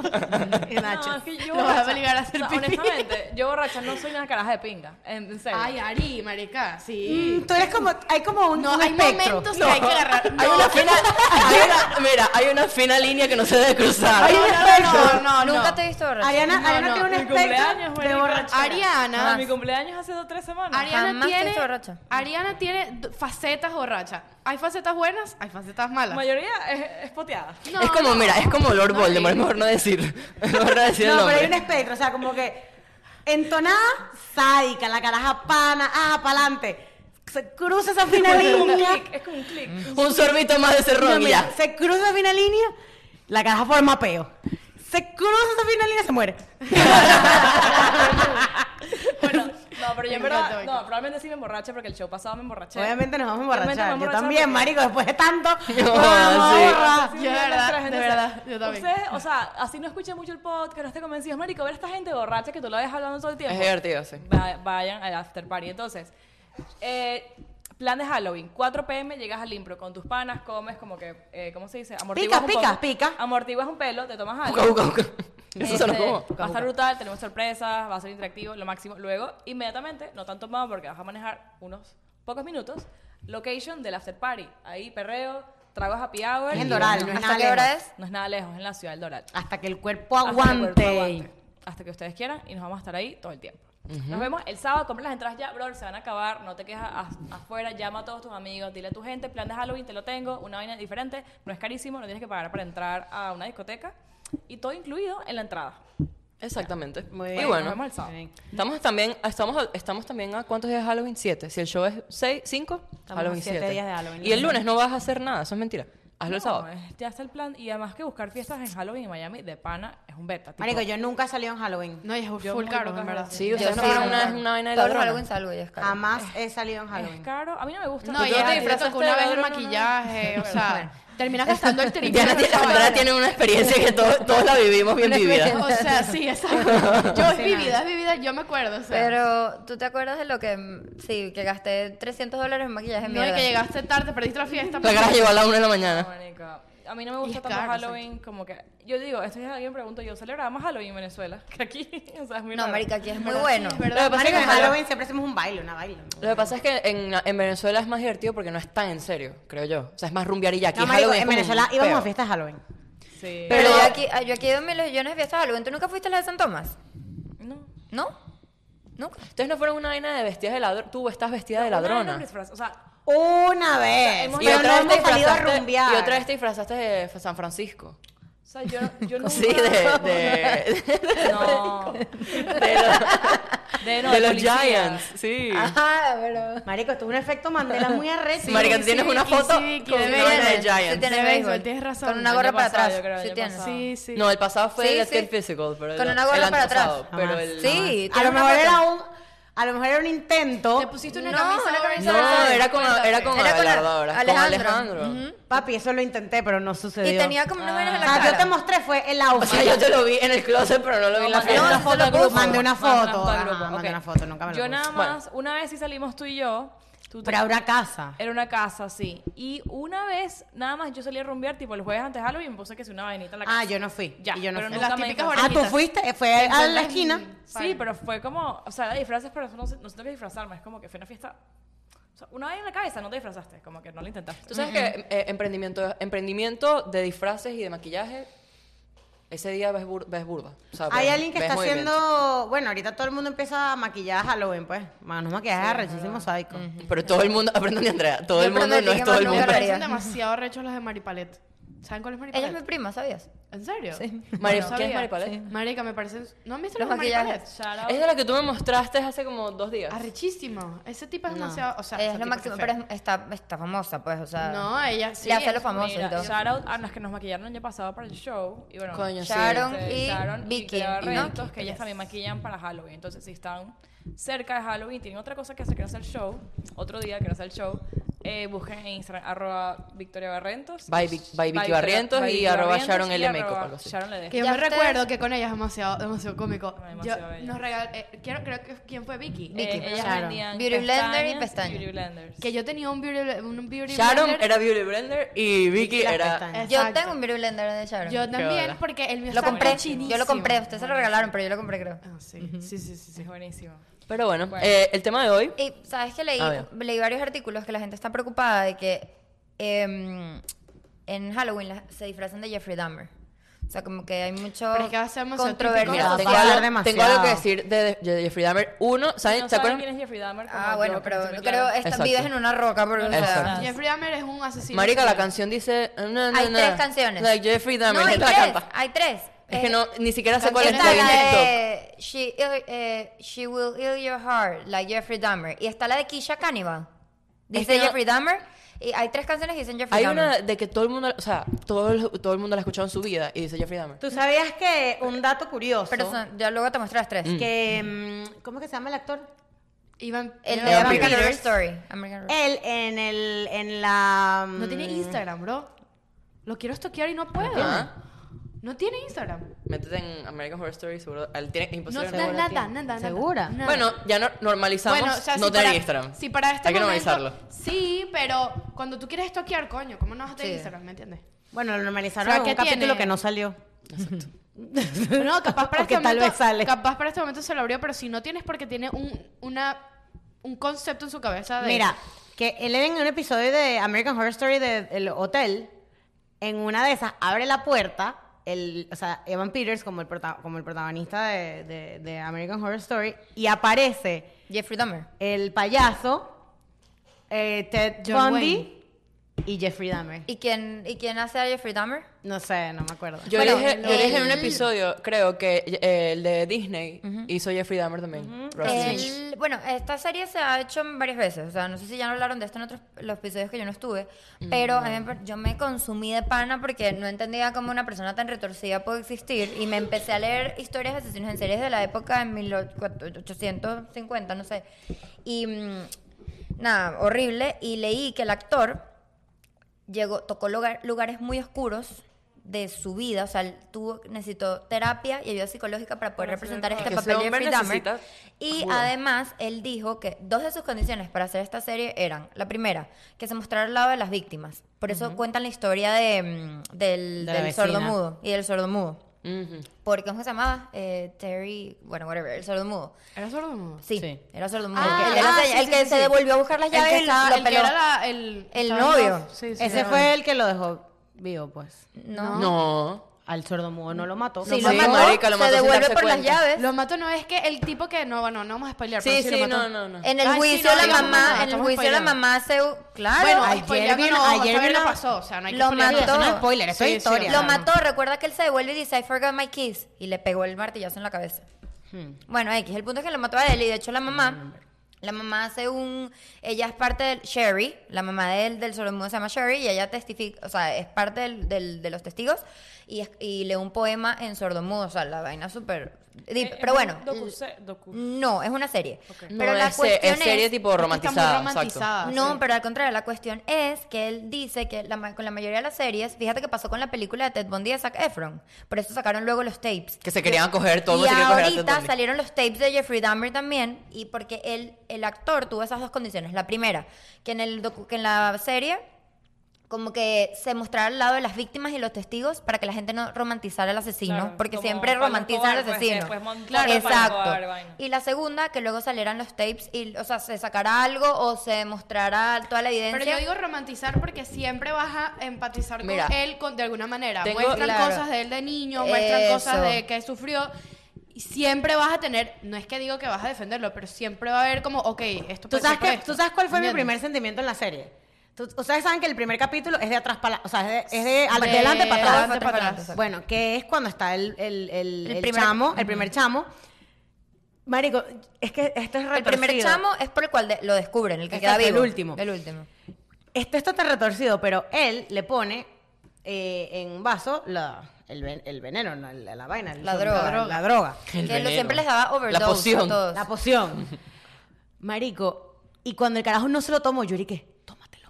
[SPEAKER 1] Y Nacho.
[SPEAKER 3] No, es que yo
[SPEAKER 2] Lo vas a
[SPEAKER 3] borracha-
[SPEAKER 2] obligar a hacer
[SPEAKER 3] o sea,
[SPEAKER 2] pipí.
[SPEAKER 3] Honestamente, yo borracha no soy una caraja de pinga. En, en serio.
[SPEAKER 2] Ay, Ari, marica, sí.
[SPEAKER 1] Mm, Tú eres como, hay como
[SPEAKER 4] Mm,
[SPEAKER 1] un,
[SPEAKER 2] No,
[SPEAKER 1] un
[SPEAKER 2] hay
[SPEAKER 1] espectro.
[SPEAKER 2] momentos que hay que agarrar.
[SPEAKER 4] Hay
[SPEAKER 2] No,
[SPEAKER 4] una fina, hay una- mira, hay una fina línea que no se debe cruzar.
[SPEAKER 1] Hay
[SPEAKER 2] no,
[SPEAKER 1] un
[SPEAKER 2] no,
[SPEAKER 1] espectro.
[SPEAKER 2] no, no, no.
[SPEAKER 5] Nunca te he visto borracha.
[SPEAKER 1] Ariana,
[SPEAKER 2] No,
[SPEAKER 1] Ariana
[SPEAKER 2] no.
[SPEAKER 1] tiene un
[SPEAKER 3] Mi cumpleaños,
[SPEAKER 1] espectro de
[SPEAKER 3] marica.
[SPEAKER 1] borrachera.
[SPEAKER 2] Ariana.
[SPEAKER 3] Ah, Mi cumpleaños hace dos tres semanas.
[SPEAKER 2] Ariana
[SPEAKER 5] Jamás te he
[SPEAKER 2] tiene,
[SPEAKER 5] visto borracha.
[SPEAKER 2] Ariana tiene d- facetas borracha. Hay facetas buenas, hay facetas
[SPEAKER 3] La
[SPEAKER 2] malas.
[SPEAKER 3] mayoría es, es poteada.
[SPEAKER 2] No,
[SPEAKER 4] es como,
[SPEAKER 2] no.
[SPEAKER 4] mira, es como Lord
[SPEAKER 2] No,
[SPEAKER 4] Voldemort, es
[SPEAKER 2] sí.
[SPEAKER 4] mejor no decir, mejor no decir el
[SPEAKER 1] No,
[SPEAKER 4] nombre.
[SPEAKER 1] pero hay un espectro, o sea, como que entonada, sádica, la caraja pana, ah, pa'lante. Se cruza esa fina
[SPEAKER 3] Es como un
[SPEAKER 1] línea.
[SPEAKER 3] clic, es como un clic.
[SPEAKER 4] Un sorbito más de ese
[SPEAKER 1] No,
[SPEAKER 4] ron y
[SPEAKER 1] mira,
[SPEAKER 4] ya.
[SPEAKER 1] se cruza esa fina línea, la caraja forma peo. Se cruza esa fina línea, se muere.
[SPEAKER 3] Bueno, no, pero yo en
[SPEAKER 2] Me encanta, me
[SPEAKER 3] verdad,
[SPEAKER 2] encanta.
[SPEAKER 3] no, probablemente sí me emborraché porque el show pasado me emborraché.
[SPEAKER 1] Obviamente nos vamos a
[SPEAKER 3] Obviamente
[SPEAKER 1] emborrachar.
[SPEAKER 3] me
[SPEAKER 1] Yo
[SPEAKER 3] voy
[SPEAKER 1] también,
[SPEAKER 3] a emborrachar porque-
[SPEAKER 1] marico, después de tanto.
[SPEAKER 4] No,
[SPEAKER 1] vamos a
[SPEAKER 4] sí.
[SPEAKER 1] borrar.
[SPEAKER 2] Yo
[SPEAKER 3] Así me
[SPEAKER 2] de
[SPEAKER 3] ven
[SPEAKER 2] Ah, verdad,
[SPEAKER 3] nuestra
[SPEAKER 2] de
[SPEAKER 3] gente, o sea,
[SPEAKER 2] verdad, yo también.
[SPEAKER 3] Ustedes, o sea, así no escuchan mucho el podcast, no estén convencidos, marico, ver a esta gente borracha que tú la ves hablando todo el tiempo.
[SPEAKER 4] Es divertido, sí.
[SPEAKER 3] Va- vayan al after party. Entonces, eh, plan de Halloween, 4 pm llegas al impro con tus panas, comes como que, eh, ¿cómo se dice? Amortiguas un
[SPEAKER 1] pica,
[SPEAKER 3] poco-
[SPEAKER 1] pica.
[SPEAKER 3] Amortiguas un pelo, te tomas algo.
[SPEAKER 4] Busca, busca, busca. Eso
[SPEAKER 3] Este,
[SPEAKER 4] sonó como.
[SPEAKER 3] Va a estar brutal, tenemos sorpresas, va a ser interactivo, lo máximo. Luego, inmediatamente, no tan tomado porque vas a manejar unos pocos minutos, location del after party. Ahí, perreo, trago happy hour.
[SPEAKER 1] Es en
[SPEAKER 3] y
[SPEAKER 1] Doral, no
[SPEAKER 3] vámonos.
[SPEAKER 1] es
[SPEAKER 5] ¿Hasta
[SPEAKER 1] nada
[SPEAKER 5] qué hora
[SPEAKER 1] lejos.
[SPEAKER 5] es?
[SPEAKER 3] No es nada lejos, en la ciudad del Doral.
[SPEAKER 1] Hasta que el cuerpo
[SPEAKER 3] Hasta que el cuerpo
[SPEAKER 1] aguante.
[SPEAKER 3] aguante. Hasta que ustedes quieran y nos vamos a estar ahí todo el tiempo. Nos vemos el sábado, compra las entradas ya, brother, se van a acabar, no te quedes a- afuera, llama a todos tus amigos, dile a tu gente, plan de Halloween, te lo tengo, una vaina diferente, no es carísimo, no tienes que pagar para entrar a una discoteca y todo incluido en la entrada.
[SPEAKER 4] Exactamente.
[SPEAKER 1] Muy
[SPEAKER 4] y
[SPEAKER 1] bien.
[SPEAKER 4] bueno,
[SPEAKER 3] Nos vemos el sábado.
[SPEAKER 1] Bien.
[SPEAKER 4] estamos también, estamos, estamos también a cuántos días de Halloween 7. Si el show es 6, 5,
[SPEAKER 1] a
[SPEAKER 4] Halloween
[SPEAKER 1] siete
[SPEAKER 4] 7.
[SPEAKER 1] días de Halloween.
[SPEAKER 4] Y el lunes no vas a hacer nada, eso es mentira. Hazlo el
[SPEAKER 3] No,
[SPEAKER 4] sábado.
[SPEAKER 3] es- ya está el plan. Y además que buscar fiestas en Halloween en Miami de pana es un beta. tipo,
[SPEAKER 1] Marico, yo nunca salí en Halloween.
[SPEAKER 2] No, y es
[SPEAKER 3] Yo
[SPEAKER 2] full
[SPEAKER 3] muy
[SPEAKER 2] caro,
[SPEAKER 3] pocas
[SPEAKER 2] en verdad.
[SPEAKER 3] veces.
[SPEAKER 4] Sí,
[SPEAKER 5] Yo
[SPEAKER 4] ustedes no
[SPEAKER 5] sí,
[SPEAKER 4] fueron
[SPEAKER 5] no.
[SPEAKER 4] una vez una vaina de
[SPEAKER 5] Todo lo
[SPEAKER 4] ladrona.
[SPEAKER 5] algo en salud y es caro.
[SPEAKER 1] Jamás he salido en
[SPEAKER 3] Es
[SPEAKER 1] Halloween.
[SPEAKER 3] caro. A mí no me gusta.
[SPEAKER 2] No, y
[SPEAKER 4] te
[SPEAKER 2] yo te
[SPEAKER 4] disfrazaste
[SPEAKER 2] disfrazas
[SPEAKER 4] de
[SPEAKER 2] una vez el
[SPEAKER 3] ladrona, no, no.
[SPEAKER 2] maquillaje, o sea, Terminas gastando el triple.
[SPEAKER 4] Diana,
[SPEAKER 2] que
[SPEAKER 4] tiene-
[SPEAKER 2] nosotros.
[SPEAKER 4] Andrea tiene una experiencia que todos, todos la vivimos bien
[SPEAKER 5] Una
[SPEAKER 4] vivida.
[SPEAKER 5] experiencia.
[SPEAKER 2] O sea, sí, exacto. Yo es
[SPEAKER 5] Sí,
[SPEAKER 2] vivida,
[SPEAKER 5] nada.
[SPEAKER 2] es vivida, yo me acuerdo. O sea,
[SPEAKER 5] Pero, ¿tú te acuerdas de lo que... mm, Sí, que gasté 300 dólares en maquillaje,
[SPEAKER 2] no, y
[SPEAKER 5] mierda?
[SPEAKER 2] que llegaste tarde, perdiste la fiesta.
[SPEAKER 4] La cara
[SPEAKER 2] pero-
[SPEAKER 4] llegó a la una de la mañana.
[SPEAKER 3] Marica, A mí no me
[SPEAKER 2] Y
[SPEAKER 3] gusta
[SPEAKER 2] es
[SPEAKER 3] tanto
[SPEAKER 2] caro,
[SPEAKER 3] Halloween como que... Yo digo, esto es alguien pregunta, yo celebramos Halloween en Venezuela, que aquí, o sea, es muy
[SPEAKER 5] No,
[SPEAKER 3] raro.
[SPEAKER 5] marica, aquí es muy
[SPEAKER 2] Sí,
[SPEAKER 5] bueno.
[SPEAKER 2] es verdad.
[SPEAKER 4] Lo que pasa es
[SPEAKER 1] Marico,
[SPEAKER 4] que
[SPEAKER 1] en Halloween siempre hacemos un baile, una baila. ¿no?
[SPEAKER 4] Lo que pasa es que en, en Venezuela es más divertido porque no es tan en serio, creo yo. O sea, es más rumbear y ya. Aquí
[SPEAKER 1] No,
[SPEAKER 4] Halloween
[SPEAKER 1] marico,
[SPEAKER 4] es
[SPEAKER 1] en
[SPEAKER 4] como un
[SPEAKER 1] Venezuela íbamos
[SPEAKER 4] peo.
[SPEAKER 1] a fiestas de Halloween.
[SPEAKER 3] Sí.
[SPEAKER 5] Pero,
[SPEAKER 4] Pero-
[SPEAKER 5] yo aquí, ah, yo aquí he ido a mil millones de fiestas de Halloween. ¿Tú nunca fuiste a la de San Tomás?
[SPEAKER 3] no.
[SPEAKER 5] ¿No? ¿Nunca?
[SPEAKER 4] Ustedes no fueron una vaina de vestidas de ladrón. Tú estás vestida de
[SPEAKER 3] Una vez nos
[SPEAKER 4] ladrona.
[SPEAKER 3] disfraz- O sea,
[SPEAKER 1] Una vez.
[SPEAKER 3] hemos-
[SPEAKER 1] pero no hemos salido a
[SPEAKER 4] disfrazaste-
[SPEAKER 1] rumbear.
[SPEAKER 4] y otra vez te disfrazaste de F- San Francisco.
[SPEAKER 3] o sea, yo, yo nunca...
[SPEAKER 4] Sí, de, de,
[SPEAKER 3] No.
[SPEAKER 4] de los,
[SPEAKER 3] De, no,
[SPEAKER 4] de los
[SPEAKER 3] policía.
[SPEAKER 4] Giants. Sí.
[SPEAKER 5] Ajá, pero...
[SPEAKER 1] Marico, esto es un efecto Mandela muy arrecho.
[SPEAKER 4] Marica,
[SPEAKER 2] sí,
[SPEAKER 4] tienes
[SPEAKER 2] sí,
[SPEAKER 4] una
[SPEAKER 2] sí,
[SPEAKER 4] foto
[SPEAKER 2] sí, que
[SPEAKER 4] con una
[SPEAKER 2] debería
[SPEAKER 4] vaina de
[SPEAKER 5] de- sí,
[SPEAKER 4] Giants.
[SPEAKER 5] tiene
[SPEAKER 2] De
[SPEAKER 5] béisbol.
[SPEAKER 2] béisbol, tienes razón.
[SPEAKER 5] Con una
[SPEAKER 3] El
[SPEAKER 5] gorra
[SPEAKER 3] año
[SPEAKER 5] para
[SPEAKER 3] pasado, yo
[SPEAKER 5] atrás.
[SPEAKER 3] creo, el
[SPEAKER 5] sí
[SPEAKER 3] año
[SPEAKER 5] tienes.
[SPEAKER 3] pasado.
[SPEAKER 2] Sí, sí.
[SPEAKER 4] No, el pasado fue
[SPEAKER 5] Sí,
[SPEAKER 4] Let's
[SPEAKER 5] sí.
[SPEAKER 4] Get Physical. Pero
[SPEAKER 5] Con
[SPEAKER 4] el-
[SPEAKER 5] una gorra
[SPEAKER 4] el
[SPEAKER 5] para atrás.
[SPEAKER 4] antepasado, Pero
[SPEAKER 1] Jamás.
[SPEAKER 4] el,
[SPEAKER 5] Sí,
[SPEAKER 1] A
[SPEAKER 5] tiene
[SPEAKER 1] lo
[SPEAKER 5] una
[SPEAKER 1] mejor
[SPEAKER 5] foto.
[SPEAKER 1] era un... A lo mejor era un intento.
[SPEAKER 2] Te pusiste una
[SPEAKER 5] No,
[SPEAKER 2] camisa.
[SPEAKER 5] una camisa
[SPEAKER 4] No, era con, era con
[SPEAKER 5] Era con la-
[SPEAKER 4] Abelardo ahora, con
[SPEAKER 5] Alejandro.
[SPEAKER 4] Alejandro.
[SPEAKER 5] Ujú.
[SPEAKER 1] Papi, eso lo intenté, pero no sucedió.
[SPEAKER 5] Y tenía como unas vainas en la
[SPEAKER 1] Ah, yo te
[SPEAKER 5] cara.
[SPEAKER 1] mostré fue el
[SPEAKER 4] O
[SPEAKER 1] outfit.
[SPEAKER 4] sea, yo te lo vi en el closet, pero no lo vi en la
[SPEAKER 3] No, mandé
[SPEAKER 4] fiesta.
[SPEAKER 5] no,
[SPEAKER 3] una
[SPEAKER 5] se
[SPEAKER 3] foto
[SPEAKER 5] lo
[SPEAKER 3] al grupo.
[SPEAKER 5] puso.
[SPEAKER 1] Mandé una
[SPEAKER 3] Mandé
[SPEAKER 1] foto,
[SPEAKER 3] al
[SPEAKER 1] ajá,
[SPEAKER 3] grupo,
[SPEAKER 1] mandé
[SPEAKER 3] ok.
[SPEAKER 1] una foto, nunca me la
[SPEAKER 3] Yo
[SPEAKER 1] puse.
[SPEAKER 3] nada
[SPEAKER 4] Bueno.
[SPEAKER 3] más, una vez sí salimos tú y yo. Tú te- Eh,
[SPEAKER 1] Pero habrá casa.
[SPEAKER 3] Era una casa, sí. Y una vez, nada más, yo salí a rumbear, tipo el jueves antes de Halloween, me puse que si una vainita en la casa.
[SPEAKER 1] Ah, yo no fui.
[SPEAKER 3] Ya,
[SPEAKER 1] y yo no
[SPEAKER 3] pero
[SPEAKER 1] fui.
[SPEAKER 3] nunca
[SPEAKER 2] Las
[SPEAKER 3] me
[SPEAKER 2] típicas
[SPEAKER 3] disfrazé.
[SPEAKER 1] Ah, tú fuiste, fue a la
[SPEAKER 2] encuentras
[SPEAKER 1] esquina.
[SPEAKER 2] en-
[SPEAKER 3] Sí, pero fue como, o sea, era disfraces, pero no, sé- no siento que disfrazarme, es como que fue una fiesta. O sea, una vez en la cabeza no te disfrazaste, como que no lo intentaste.
[SPEAKER 4] Tú sabes que eh, emprendimiento, emprendimiento de disfraces y de maquillaje, ese día ves, bur- ves burda. O sea,
[SPEAKER 1] Hay
[SPEAKER 4] ves-
[SPEAKER 1] alguien que
[SPEAKER 4] ves
[SPEAKER 1] está
[SPEAKER 4] movimiento.
[SPEAKER 1] haciendo. Bueno, ahorita todo el mundo empieza a maquillar a Halloween, pues. Más unos maquillajes arrechísimos sádico.
[SPEAKER 4] Pero todo el mundo, aprendan de Andrea, todo
[SPEAKER 5] Yo
[SPEAKER 4] el mundo
[SPEAKER 5] aprendí
[SPEAKER 4] no es
[SPEAKER 5] que
[SPEAKER 4] todo el
[SPEAKER 5] Manuel
[SPEAKER 2] Me
[SPEAKER 4] mundo.
[SPEAKER 5] Gabriel-
[SPEAKER 2] parecen demasiado rechos los de Maripalet. ¿Saben cuál es
[SPEAKER 5] Ella es mi
[SPEAKER 2] Maripalet?
[SPEAKER 5] prima, ¿sabías?
[SPEAKER 2] ¿En serio?
[SPEAKER 5] Sí.
[SPEAKER 4] Mari-
[SPEAKER 2] No
[SPEAKER 4] ¿Qué es
[SPEAKER 2] sabía.
[SPEAKER 4] Maripalet?
[SPEAKER 2] Marica, me parecen... ¿No han visto
[SPEAKER 5] Los
[SPEAKER 2] los, de
[SPEAKER 5] maquillajes.
[SPEAKER 2] Maripalet?
[SPEAKER 3] Shout out.
[SPEAKER 4] Es de la que tú me mostraste hace como dos días.
[SPEAKER 2] Arrechísimo. Ese tipo es
[SPEAKER 1] No.
[SPEAKER 2] demasiado... O sea,
[SPEAKER 5] Ella
[SPEAKER 2] ese
[SPEAKER 5] es lo
[SPEAKER 2] tipo
[SPEAKER 5] máximo,
[SPEAKER 2] está
[SPEAKER 5] pero
[SPEAKER 2] feo.
[SPEAKER 5] es- está, está famosa, pues, o sea...
[SPEAKER 2] No, ella sí.
[SPEAKER 5] Le hace a los
[SPEAKER 2] es-
[SPEAKER 5] famosos y
[SPEAKER 3] Mira,
[SPEAKER 5] todo.
[SPEAKER 3] shout out a las que nos maquillaron el año pasado para el show. Y bueno,
[SPEAKER 4] Coño, sí.
[SPEAKER 5] Sharon
[SPEAKER 3] este,
[SPEAKER 5] y
[SPEAKER 3] Sharon
[SPEAKER 5] Vicky,
[SPEAKER 3] Clara
[SPEAKER 5] ¿no?
[SPEAKER 3] Rentos,
[SPEAKER 5] Vicky,
[SPEAKER 3] que ellas
[SPEAKER 5] yes.
[SPEAKER 3] también maquillan para Halloween. Entonces, si están cerca de Halloween, tienen otra cosa que hacer que no sea el show, otro día que no sea el show, eh, busquen en Instagram arroba Victoria Barrentos.
[SPEAKER 4] By Vic- by Vicky
[SPEAKER 3] Victoria-
[SPEAKER 4] Barrientos
[SPEAKER 3] by
[SPEAKER 4] y
[SPEAKER 3] Vicky
[SPEAKER 4] arroba
[SPEAKER 3] Barrientos
[SPEAKER 4] Sharon
[SPEAKER 3] y
[SPEAKER 4] L. Makeup,
[SPEAKER 3] arroba
[SPEAKER 4] algo así.
[SPEAKER 3] Sharon L.
[SPEAKER 2] Que yo
[SPEAKER 5] Ya
[SPEAKER 2] me
[SPEAKER 5] ustedes-
[SPEAKER 2] recuerdo que con ella es demasiado, demasiado cómico.
[SPEAKER 3] Demasiado
[SPEAKER 2] Yo-
[SPEAKER 3] bello.
[SPEAKER 2] nos regal- eh, quiero, creo que quién fue Vicky.
[SPEAKER 3] Eh,
[SPEAKER 5] Vicky.
[SPEAKER 3] ellas
[SPEAKER 1] Sharon.
[SPEAKER 3] vendían
[SPEAKER 5] Beauty blender y
[SPEAKER 3] pestañas
[SPEAKER 5] pestañas.
[SPEAKER 3] Beauty blenders.
[SPEAKER 2] Que yo tenía un beauty, un beauty
[SPEAKER 4] Sharon
[SPEAKER 2] blender.
[SPEAKER 4] era Beauty Blender y Vicky
[SPEAKER 1] las
[SPEAKER 4] era...
[SPEAKER 1] pestañas.
[SPEAKER 5] Yo
[SPEAKER 2] Exacto.
[SPEAKER 5] tengo un Beauty Blender de Sharon.
[SPEAKER 2] Yo también,
[SPEAKER 4] bola.
[SPEAKER 2] porque el mío
[SPEAKER 5] lo
[SPEAKER 2] estaba
[SPEAKER 5] compré,
[SPEAKER 2] cochinísimo.
[SPEAKER 5] yo lo compré. Ustedes se lo regalaron, pero yo lo compré, creo.
[SPEAKER 2] Ah, sí. sí, sí, sí, sí.
[SPEAKER 3] Es buenísimo.
[SPEAKER 4] Pero bueno,
[SPEAKER 3] Bueno.
[SPEAKER 4] eh, el tema de hoy...
[SPEAKER 5] Y sabes que leí,
[SPEAKER 4] A ver.
[SPEAKER 5] leí varios artículos que la gente está preocupada de que em, en Halloween la- se disfrazan de Jeffrey Dahmer. O sea, como que hay mucho
[SPEAKER 2] Pero es que va a ser demasiado
[SPEAKER 5] controversia.
[SPEAKER 4] Mira,
[SPEAKER 1] Vamos a
[SPEAKER 4] tengo
[SPEAKER 5] social.
[SPEAKER 1] hablar
[SPEAKER 4] algo, tengo
[SPEAKER 1] demasiado.
[SPEAKER 4] algo que decir de, de Jeffrey Dahmer. Uno, ¿saben?
[SPEAKER 3] Si no
[SPEAKER 4] ¿Se
[SPEAKER 3] saben
[SPEAKER 4] acuerdan?
[SPEAKER 3] quién es Jeffrey Dahmer, como
[SPEAKER 5] Ah,
[SPEAKER 3] yo,
[SPEAKER 5] bueno,
[SPEAKER 3] que
[SPEAKER 5] pero
[SPEAKER 3] estoy muy
[SPEAKER 5] no
[SPEAKER 3] clara.
[SPEAKER 5] creo esta
[SPEAKER 4] Exacto.
[SPEAKER 5] vives en una roca, porque o sea,
[SPEAKER 4] Exacto.
[SPEAKER 2] Jeffrey Dahmer es un asesino.
[SPEAKER 4] Marica, la
[SPEAKER 2] serial.
[SPEAKER 4] canción dice... "No, no,
[SPEAKER 5] hay
[SPEAKER 4] no".
[SPEAKER 5] tres canciones.
[SPEAKER 4] Like Jeffrey Dahmer.
[SPEAKER 5] No, hay
[SPEAKER 4] gente la
[SPEAKER 5] tres,
[SPEAKER 4] canta.
[SPEAKER 5] hay tres.
[SPEAKER 4] Es
[SPEAKER 5] Eh,
[SPEAKER 4] que no, ni siquiera sé cuál es
[SPEAKER 5] está
[SPEAKER 4] la
[SPEAKER 5] la
[SPEAKER 4] vi en TikTok.
[SPEAKER 5] de she, ill- eh, she will ill your heart, like Jeffrey Dahmer. Y está la de Keisha Cannibal.
[SPEAKER 4] Es
[SPEAKER 5] Dice
[SPEAKER 4] que no-
[SPEAKER 5] Jeffrey Dahmer. Y hay tres canciones que dicen Jeffrey
[SPEAKER 4] Hay
[SPEAKER 5] Dahmer.
[SPEAKER 4] una de que todo el mundo, o sea, todo el, todo el mundo la ha escuchado en su vida y dice Jeffrey Dahmer.
[SPEAKER 1] Tú sabías que un dato curioso.
[SPEAKER 5] Pero son- ya luego te muestro las tres.
[SPEAKER 1] que. mm, ¿Cómo que se llama el actor?
[SPEAKER 2] Iván,
[SPEAKER 5] El
[SPEAKER 2] Iván
[SPEAKER 5] de
[SPEAKER 4] Evan
[SPEAKER 5] American Horror
[SPEAKER 1] Peters.
[SPEAKER 5] Story. American Horror
[SPEAKER 1] Él en el. en la.
[SPEAKER 2] No tiene
[SPEAKER 1] mm,
[SPEAKER 2] Instagram, bro. Lo quiero estoquear y no puedo.
[SPEAKER 4] Ah.
[SPEAKER 2] No tiene Instagram.
[SPEAKER 4] Métete en American Horror Story, seguro. al- tiene- es
[SPEAKER 2] No
[SPEAKER 4] imposible.
[SPEAKER 2] está
[SPEAKER 4] seguro.
[SPEAKER 2] nada, nada, nada.
[SPEAKER 1] ¿Segura?
[SPEAKER 2] nada.
[SPEAKER 4] Bueno, ya no- normalizamos
[SPEAKER 2] Bueno, o sea,
[SPEAKER 4] no
[SPEAKER 2] si
[SPEAKER 4] tener
[SPEAKER 2] para,
[SPEAKER 4] Instagram.
[SPEAKER 2] Si para este
[SPEAKER 4] Hay que
[SPEAKER 2] momento-
[SPEAKER 4] normalizarlo.
[SPEAKER 2] Sí, pero cuando tú quieres estoquear, coño, ¿cómo no vas a tener
[SPEAKER 5] Sí.
[SPEAKER 2] Instagram? ¿Me entiendes?
[SPEAKER 1] Bueno, lo normalizaron
[SPEAKER 2] O sea,
[SPEAKER 1] en
[SPEAKER 2] ¿qué
[SPEAKER 1] un capítulo
[SPEAKER 2] tiene?
[SPEAKER 1] que no salió.
[SPEAKER 2] No, capaz para
[SPEAKER 1] Porque
[SPEAKER 2] este
[SPEAKER 1] tal
[SPEAKER 2] momento.
[SPEAKER 1] vez sale.
[SPEAKER 2] Capaz para este momento se lo abrió, pero si no tienes porque tiene un, una, un concepto en su cabeza de.
[SPEAKER 1] Mira, que él en un episodio de American Horror Story del hotel, en una de esas abre la puerta, el, o sea, Evan Peters como el, prota- como el protagonista de, de- de American Horror Story, y aparece
[SPEAKER 5] Jeffrey Dahmer.
[SPEAKER 1] el payaso, eh, Ted
[SPEAKER 2] John
[SPEAKER 1] Bundy
[SPEAKER 2] Wayne.
[SPEAKER 1] y Jeffrey Dahmer.
[SPEAKER 5] ¿Y quién, ¿Y quién hace a Jeffrey Dahmer?
[SPEAKER 1] No sé, no me acuerdo.
[SPEAKER 4] Yo,
[SPEAKER 5] Bueno,
[SPEAKER 4] dije, yo
[SPEAKER 5] el-
[SPEAKER 4] dije en un episodio, creo que eh, el de Disney hizo Jeffrey Dahmer también. Ross Lynch.
[SPEAKER 5] Él- bueno, esta serie se ha hecho varias veces. O sea, no sé si ya no hablaron de esto en otros los episodios que yo no estuve. Pero a mí me- yo me consumí de pana porque no entendía cómo una persona tan retorcida puede existir. Y me empecé a leer historias de asesinos en series de la época de 1850, no sé. Y mm, nada, horrible. Y leí que el actor llegó, tocó lugar- lugares muy oscuros de su vida, o sea, él tuvo, necesitó terapia y ayuda psicológica para poder representar este
[SPEAKER 4] que ese
[SPEAKER 5] papel de
[SPEAKER 4] hombre
[SPEAKER 5] Jeffrey Dahmer.
[SPEAKER 4] necesita
[SPEAKER 5] Y
[SPEAKER 4] ayuda.
[SPEAKER 5] además, él dijo que dos de sus condiciones para hacer esta serie eran, la primera, que se mostrara al lado de las víctimas. Por eso cuentan la historia de, mm, del,
[SPEAKER 1] De la
[SPEAKER 5] del
[SPEAKER 1] vecina.
[SPEAKER 5] sordomudo y del sordomudo.
[SPEAKER 4] Ujú.
[SPEAKER 5] Porque, ¿cómo se llamaba? Eh, Terry, bueno, whatever, el sordomudo.
[SPEAKER 2] ¿Era sordo mudo?
[SPEAKER 5] Sí,
[SPEAKER 1] Sí.
[SPEAKER 5] era sordomudo.
[SPEAKER 2] Ah,
[SPEAKER 5] el que, el de la
[SPEAKER 2] ah,
[SPEAKER 5] seña-
[SPEAKER 2] sí,
[SPEAKER 5] el
[SPEAKER 2] sí, sí,
[SPEAKER 5] que se
[SPEAKER 2] sí.
[SPEAKER 5] devolvió a buscar las
[SPEAKER 2] El
[SPEAKER 5] llaves
[SPEAKER 2] que,
[SPEAKER 5] y
[SPEAKER 2] estaba-
[SPEAKER 5] lo
[SPEAKER 2] el que
[SPEAKER 5] peló.
[SPEAKER 2] era la- el,
[SPEAKER 5] El
[SPEAKER 2] estaba
[SPEAKER 5] novio.
[SPEAKER 2] en love. Sí, sí.
[SPEAKER 1] Ese
[SPEAKER 2] Era-
[SPEAKER 1] fue el que lo dejó vivo, pues.
[SPEAKER 5] No.
[SPEAKER 4] No.
[SPEAKER 1] Al sordo mudo no lo mató.
[SPEAKER 5] Sí,
[SPEAKER 1] No
[SPEAKER 5] lo
[SPEAKER 4] Sí,
[SPEAKER 5] mató,
[SPEAKER 4] marica, lo
[SPEAKER 5] se
[SPEAKER 4] mató sin
[SPEAKER 5] devuelve
[SPEAKER 4] darse
[SPEAKER 5] por las
[SPEAKER 4] cuenta.
[SPEAKER 5] llaves.
[SPEAKER 2] Lo mató no es que el tipo que no, bueno, no vamos a spoilear,
[SPEAKER 4] Sí,
[SPEAKER 2] pero sí,
[SPEAKER 4] sí,
[SPEAKER 2] lo mató.
[SPEAKER 4] no, no, no.
[SPEAKER 5] En el
[SPEAKER 2] Ay, sí,
[SPEAKER 5] juicio
[SPEAKER 2] no,
[SPEAKER 5] la
[SPEAKER 2] digamos,
[SPEAKER 5] mamá,
[SPEAKER 2] no,
[SPEAKER 5] en el
[SPEAKER 2] estamos
[SPEAKER 5] juicio la
[SPEAKER 2] spoileando.
[SPEAKER 5] mamá se claro,
[SPEAKER 2] Bueno,
[SPEAKER 1] ayer
[SPEAKER 2] ayer
[SPEAKER 1] vino-
[SPEAKER 2] vino,
[SPEAKER 1] ayer
[SPEAKER 2] ayer
[SPEAKER 1] vino-
[SPEAKER 2] pasó, o sea, no hay que
[SPEAKER 5] lo
[SPEAKER 2] spoilear.
[SPEAKER 1] Sí, eso no es
[SPEAKER 5] mató.
[SPEAKER 1] spoiler, eso
[SPEAKER 2] Sí, sí,
[SPEAKER 1] es historia.
[SPEAKER 5] lo
[SPEAKER 2] no.
[SPEAKER 5] mató, recuerda que él se devuelve y dice I forgot my keys y le pegó el martillazo en la cabeza.
[SPEAKER 4] Hmm.
[SPEAKER 5] Bueno, X, el punto es que lo mató a él y de hecho la mamá la mamá hace un ella es parte del Sherry, la mamá de él del sordomudo se llama Sherry y ella testifica, o sea, es parte del, del- de los testigos y, es- y lee un poema en sordomudo, o sea, la vaina súper deep,
[SPEAKER 3] Eh, es
[SPEAKER 5] pero bueno, Mm.
[SPEAKER 3] un docu- docu-
[SPEAKER 5] no, es una serie. Pero
[SPEAKER 4] No,
[SPEAKER 5] la
[SPEAKER 4] es, se-
[SPEAKER 5] cuestión
[SPEAKER 4] es serie
[SPEAKER 5] es
[SPEAKER 4] tipo
[SPEAKER 2] que está muy
[SPEAKER 4] romantizada.
[SPEAKER 2] romantizada.
[SPEAKER 4] Exacto.
[SPEAKER 2] Ah,
[SPEAKER 5] no,
[SPEAKER 2] sí.
[SPEAKER 5] pero al contrario, la cuestión es que él dice que la ma- con la mayoría de las series, fíjate que pasó con la película de Ted Bundy de Zac Efron, por eso sacaron luego los tapes.
[SPEAKER 4] Que se querían coger, todo el
[SPEAKER 5] y
[SPEAKER 4] mundo se quería coger a Ted
[SPEAKER 5] ahorita
[SPEAKER 4] Bundy.
[SPEAKER 5] salieron los tapes de Jeffrey Dahmer también, y porque él, el actor tuvo esas dos condiciones. La primera, que en, el docu- que en la serie como que se mostrara al lado de las víctimas y los testigos para que la gente no romantizara al asesino,
[SPEAKER 3] Claro,
[SPEAKER 5] porque
[SPEAKER 3] como
[SPEAKER 5] siempre
[SPEAKER 3] Pablo
[SPEAKER 5] romantizan al
[SPEAKER 3] Escobar, pues,
[SPEAKER 5] asesino.
[SPEAKER 3] después Mon- Claro, Pablo Escobar, vaina.
[SPEAKER 5] Y la segunda, que luego salieran los tapes y, o sea, se sacará algo o se mostrará toda la evidencia.
[SPEAKER 2] Pero yo digo romantizar porque siempre vas a empatizar
[SPEAKER 4] Mira,
[SPEAKER 2] con él con- de alguna manera.
[SPEAKER 4] tengo-
[SPEAKER 2] muestran
[SPEAKER 5] Claro.
[SPEAKER 2] cosas de él de niño, muestran
[SPEAKER 5] Eso.
[SPEAKER 2] cosas de que sufrió. Y siempre vas a tener, no es que digo que vas a defenderlo, pero siempre va a haber como, ok, esto
[SPEAKER 1] ¿Tú
[SPEAKER 2] pasó
[SPEAKER 1] sabes,
[SPEAKER 2] por
[SPEAKER 1] qué-
[SPEAKER 2] esto.
[SPEAKER 1] ¿Tú sabes cuál fue mi
[SPEAKER 2] Pues ¿Entiendes?
[SPEAKER 1] primer sentimiento en la serie? Tú- Ustedes saben que el primer capítulo es de atrás para la- o sea, es de, es de al-
[SPEAKER 2] De
[SPEAKER 1] delante para atrás.
[SPEAKER 2] adelante para atrás.
[SPEAKER 5] Exacto.
[SPEAKER 1] Bueno, que es cuando está el, el, el-
[SPEAKER 5] El
[SPEAKER 1] el
[SPEAKER 5] primer-
[SPEAKER 1] chamo, el primer chamo. Marico, es que esto es retorcido.
[SPEAKER 5] el primer chamo es por el cual de- lo descubren, el que
[SPEAKER 1] Exacto,
[SPEAKER 5] queda vivo.
[SPEAKER 1] el último.
[SPEAKER 5] El último.
[SPEAKER 1] Esto está tan retorcido, pero él le pone eh, en un vaso la, el, ven- el veneno, no, la, la vaina. el-
[SPEAKER 5] La droga.
[SPEAKER 1] La, la droga.
[SPEAKER 5] Que
[SPEAKER 4] El
[SPEAKER 5] lo-
[SPEAKER 4] veneno.
[SPEAKER 5] siempre les daba overdose
[SPEAKER 4] La poción.
[SPEAKER 5] a todos.
[SPEAKER 1] La poción. Marico, y cuando el carajo no se lo tomo, yo dije, tómatelo.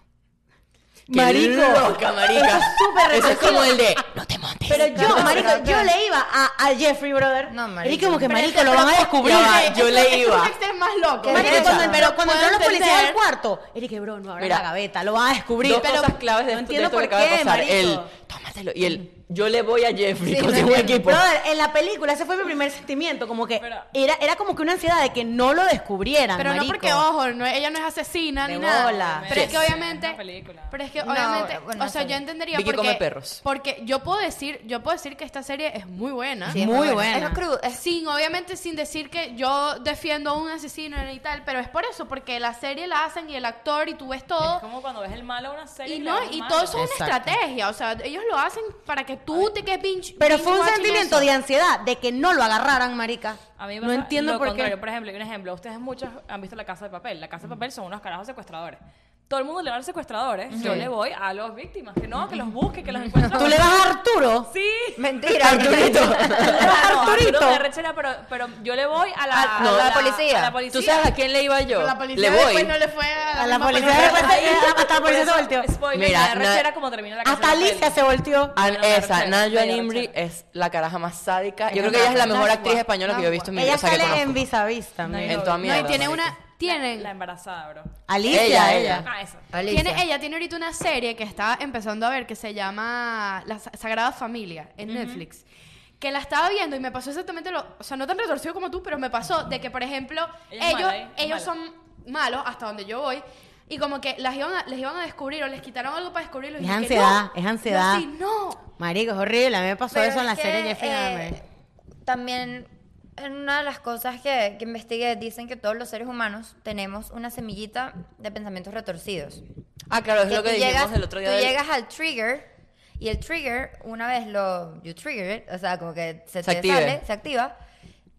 [SPEAKER 4] Qué loca, marica.
[SPEAKER 1] Eso es súper
[SPEAKER 4] Eso es
[SPEAKER 1] retorcido.
[SPEAKER 4] como el de, no te montes.
[SPEAKER 1] Pero yo,
[SPEAKER 5] Claro,
[SPEAKER 1] marico,
[SPEAKER 5] claro,
[SPEAKER 1] yo
[SPEAKER 5] claro.
[SPEAKER 1] le iba a, a Jeffrey, brother.
[SPEAKER 5] No, marico.
[SPEAKER 1] Y dije como que,
[SPEAKER 5] Pero
[SPEAKER 1] marico, lo van a descubrir.
[SPEAKER 4] Ya va,
[SPEAKER 2] Esto-
[SPEAKER 4] yo le
[SPEAKER 2] esto Es
[SPEAKER 4] iba.
[SPEAKER 2] un extremo más loco.
[SPEAKER 5] Qué
[SPEAKER 1] Marico,
[SPEAKER 5] Pero-
[SPEAKER 1] cuando, pero cuando
[SPEAKER 2] Puedo
[SPEAKER 1] entraron los policías al
[SPEAKER 2] entender-
[SPEAKER 1] cuarto, y dije, bro, no abran
[SPEAKER 4] Mira,
[SPEAKER 1] la gaveta, lo van a descubrir.
[SPEAKER 4] Dos
[SPEAKER 1] Pero
[SPEAKER 4] cosas claves de
[SPEAKER 1] no
[SPEAKER 4] esto- de
[SPEAKER 1] entiendo
[SPEAKER 4] esto que
[SPEAKER 1] por
[SPEAKER 4] acaba de
[SPEAKER 1] qué,
[SPEAKER 4] pasar.
[SPEAKER 1] marico.
[SPEAKER 4] El, tómatelo. Y el, yo le voy a Jeffrey con su equipo.
[SPEAKER 1] Brother, en la película ese fue mi primer sentimiento, como que
[SPEAKER 3] Pero-
[SPEAKER 1] era, era como que una ansiedad de que no lo descubrieran,
[SPEAKER 2] Pero
[SPEAKER 1] marico.
[SPEAKER 2] no porque, ojo, no- ella no es asesina
[SPEAKER 1] De
[SPEAKER 2] ni nada.
[SPEAKER 1] bola.
[SPEAKER 2] Pero es
[SPEAKER 4] Sí.
[SPEAKER 2] que obviamente.
[SPEAKER 3] Una película.
[SPEAKER 2] Pero es que
[SPEAKER 5] No,
[SPEAKER 2] obviamente.
[SPEAKER 5] bueno,
[SPEAKER 2] o sea,
[SPEAKER 5] está
[SPEAKER 2] yo
[SPEAKER 5] bien.
[SPEAKER 2] entendería
[SPEAKER 4] Vicky
[SPEAKER 2] porque.
[SPEAKER 4] come perros.
[SPEAKER 2] Porque yo puedo decir, yo puedo decir que esta serie es muy
[SPEAKER 4] Ah,
[SPEAKER 2] buena.
[SPEAKER 5] Sí, es
[SPEAKER 1] Muy buena.
[SPEAKER 5] Es crudo, es-
[SPEAKER 2] Sin, obviamente, sin decir que yo defiendo a un asesino y tal, pero es por eso, porque la serie la hacen y el actor y tú ves
[SPEAKER 3] Es
[SPEAKER 2] todo.
[SPEAKER 3] como cuando ves el malo de una serie.
[SPEAKER 2] Y
[SPEAKER 3] le
[SPEAKER 2] no,
[SPEAKER 3] ves el
[SPEAKER 2] y
[SPEAKER 3] malo.
[SPEAKER 2] todo eso es una
[SPEAKER 1] Exacto.
[SPEAKER 2] estrategia. O sea, ellos lo hacen para que tú te quedes pinche.
[SPEAKER 1] Pero fue un sentimiento de ansiedad de que no lo agarraran, marica.
[SPEAKER 3] A mí me
[SPEAKER 1] no
[SPEAKER 3] pasa
[SPEAKER 1] entiendo
[SPEAKER 3] lo
[SPEAKER 1] por
[SPEAKER 3] contrario.
[SPEAKER 1] qué.
[SPEAKER 3] Por ejemplo, un ejemplo. Ustedes muchos han visto La Casa de Papel. La Casa de Papel son unos carajos secuestradores. Todo el mundo le va a los secuestradores. Yo le voy a los víctimas. Que no, que los busque, que los encuentre.
[SPEAKER 1] ¿Tú le vas a Arturo?
[SPEAKER 3] Sí.
[SPEAKER 5] Mentira.
[SPEAKER 3] Claro,
[SPEAKER 1] Arturito.
[SPEAKER 3] Arturo me arrechera, pero, pero yo le voy a la,
[SPEAKER 5] A- a la policía.
[SPEAKER 3] A la policía.
[SPEAKER 4] ¿Tú sabes a quién le iba yo?
[SPEAKER 2] La policía
[SPEAKER 4] le voy.
[SPEAKER 2] después no le fue a la,
[SPEAKER 1] A la
[SPEAKER 2] misma
[SPEAKER 1] policía
[SPEAKER 2] persona.
[SPEAKER 1] después se- hasta la
[SPEAKER 3] Por
[SPEAKER 1] policía se
[SPEAKER 3] eso,
[SPEAKER 1] volteó.
[SPEAKER 3] spoiler,
[SPEAKER 4] Mira,
[SPEAKER 3] me da
[SPEAKER 4] na-
[SPEAKER 3] arrechera como termina la casa
[SPEAKER 1] Hasta
[SPEAKER 3] de papel.
[SPEAKER 1] Alicia se volteó.
[SPEAKER 4] An-
[SPEAKER 3] Bueno,
[SPEAKER 4] esa,
[SPEAKER 3] arrechera,
[SPEAKER 4] Nayo
[SPEAKER 3] medio
[SPEAKER 4] Animri
[SPEAKER 3] arrechera.
[SPEAKER 4] es la caraja más sádica.
[SPEAKER 1] Es
[SPEAKER 4] Yo creo que ella es la
[SPEAKER 1] una-
[SPEAKER 4] mejor
[SPEAKER 1] una
[SPEAKER 4] actriz
[SPEAKER 1] guagua,
[SPEAKER 4] española que yo he visto en mi vida.
[SPEAKER 1] Ella
[SPEAKER 4] o sea, que
[SPEAKER 1] sale en
[SPEAKER 4] conozco.
[SPEAKER 1] Vis a Vis también.
[SPEAKER 4] En toda mi
[SPEAKER 2] No, y
[SPEAKER 4] vida,
[SPEAKER 2] tiene
[SPEAKER 4] marica.
[SPEAKER 2] una. Tienen.
[SPEAKER 3] La embarazada, bro.
[SPEAKER 1] Alicia,
[SPEAKER 4] Ella,
[SPEAKER 1] ella.
[SPEAKER 4] ella.
[SPEAKER 3] Ah, eso.
[SPEAKER 5] Alicia.
[SPEAKER 2] Tiene, ella tiene ahorita una serie que está empezando a ver que se llama La Sa- Sagrada Familia en Netflix. Que la estaba viendo y me pasó exactamente lo. O sea, no tan retorcido como tú, pero me pasó de que, por ejemplo,
[SPEAKER 3] Ella es
[SPEAKER 2] ellos,
[SPEAKER 3] mala, ¿eh? Es
[SPEAKER 2] ellos
[SPEAKER 3] mala.
[SPEAKER 2] son malos hasta donde yo voy. Y como que las iban a, les iban a descubrir o les quitaron algo para descubrirlo. y
[SPEAKER 1] Es
[SPEAKER 2] yo dije,
[SPEAKER 1] ansiedad,
[SPEAKER 2] "No,
[SPEAKER 1] es ansiedad".
[SPEAKER 2] Yo sí, no.
[SPEAKER 1] Marico, es horrible. A mí me pasó
[SPEAKER 5] Pero
[SPEAKER 1] eso en
[SPEAKER 5] es
[SPEAKER 1] la serie
[SPEAKER 5] que,
[SPEAKER 1] Jeffrey
[SPEAKER 5] eh,
[SPEAKER 1] Dahmer.
[SPEAKER 5] También, en una de las cosas que, que investigué, dicen que todos los seres humanos tenemos una semillita de pensamientos retorcidos.
[SPEAKER 4] Ah, claro, es lo
[SPEAKER 5] tú
[SPEAKER 4] que dijimos el otro día.
[SPEAKER 5] Tú
[SPEAKER 4] del-
[SPEAKER 5] llegas al trigger y el trigger, una vez lo. You trigger it, o sea, como que se,
[SPEAKER 4] Se
[SPEAKER 5] te
[SPEAKER 4] active.
[SPEAKER 5] sale, se activa.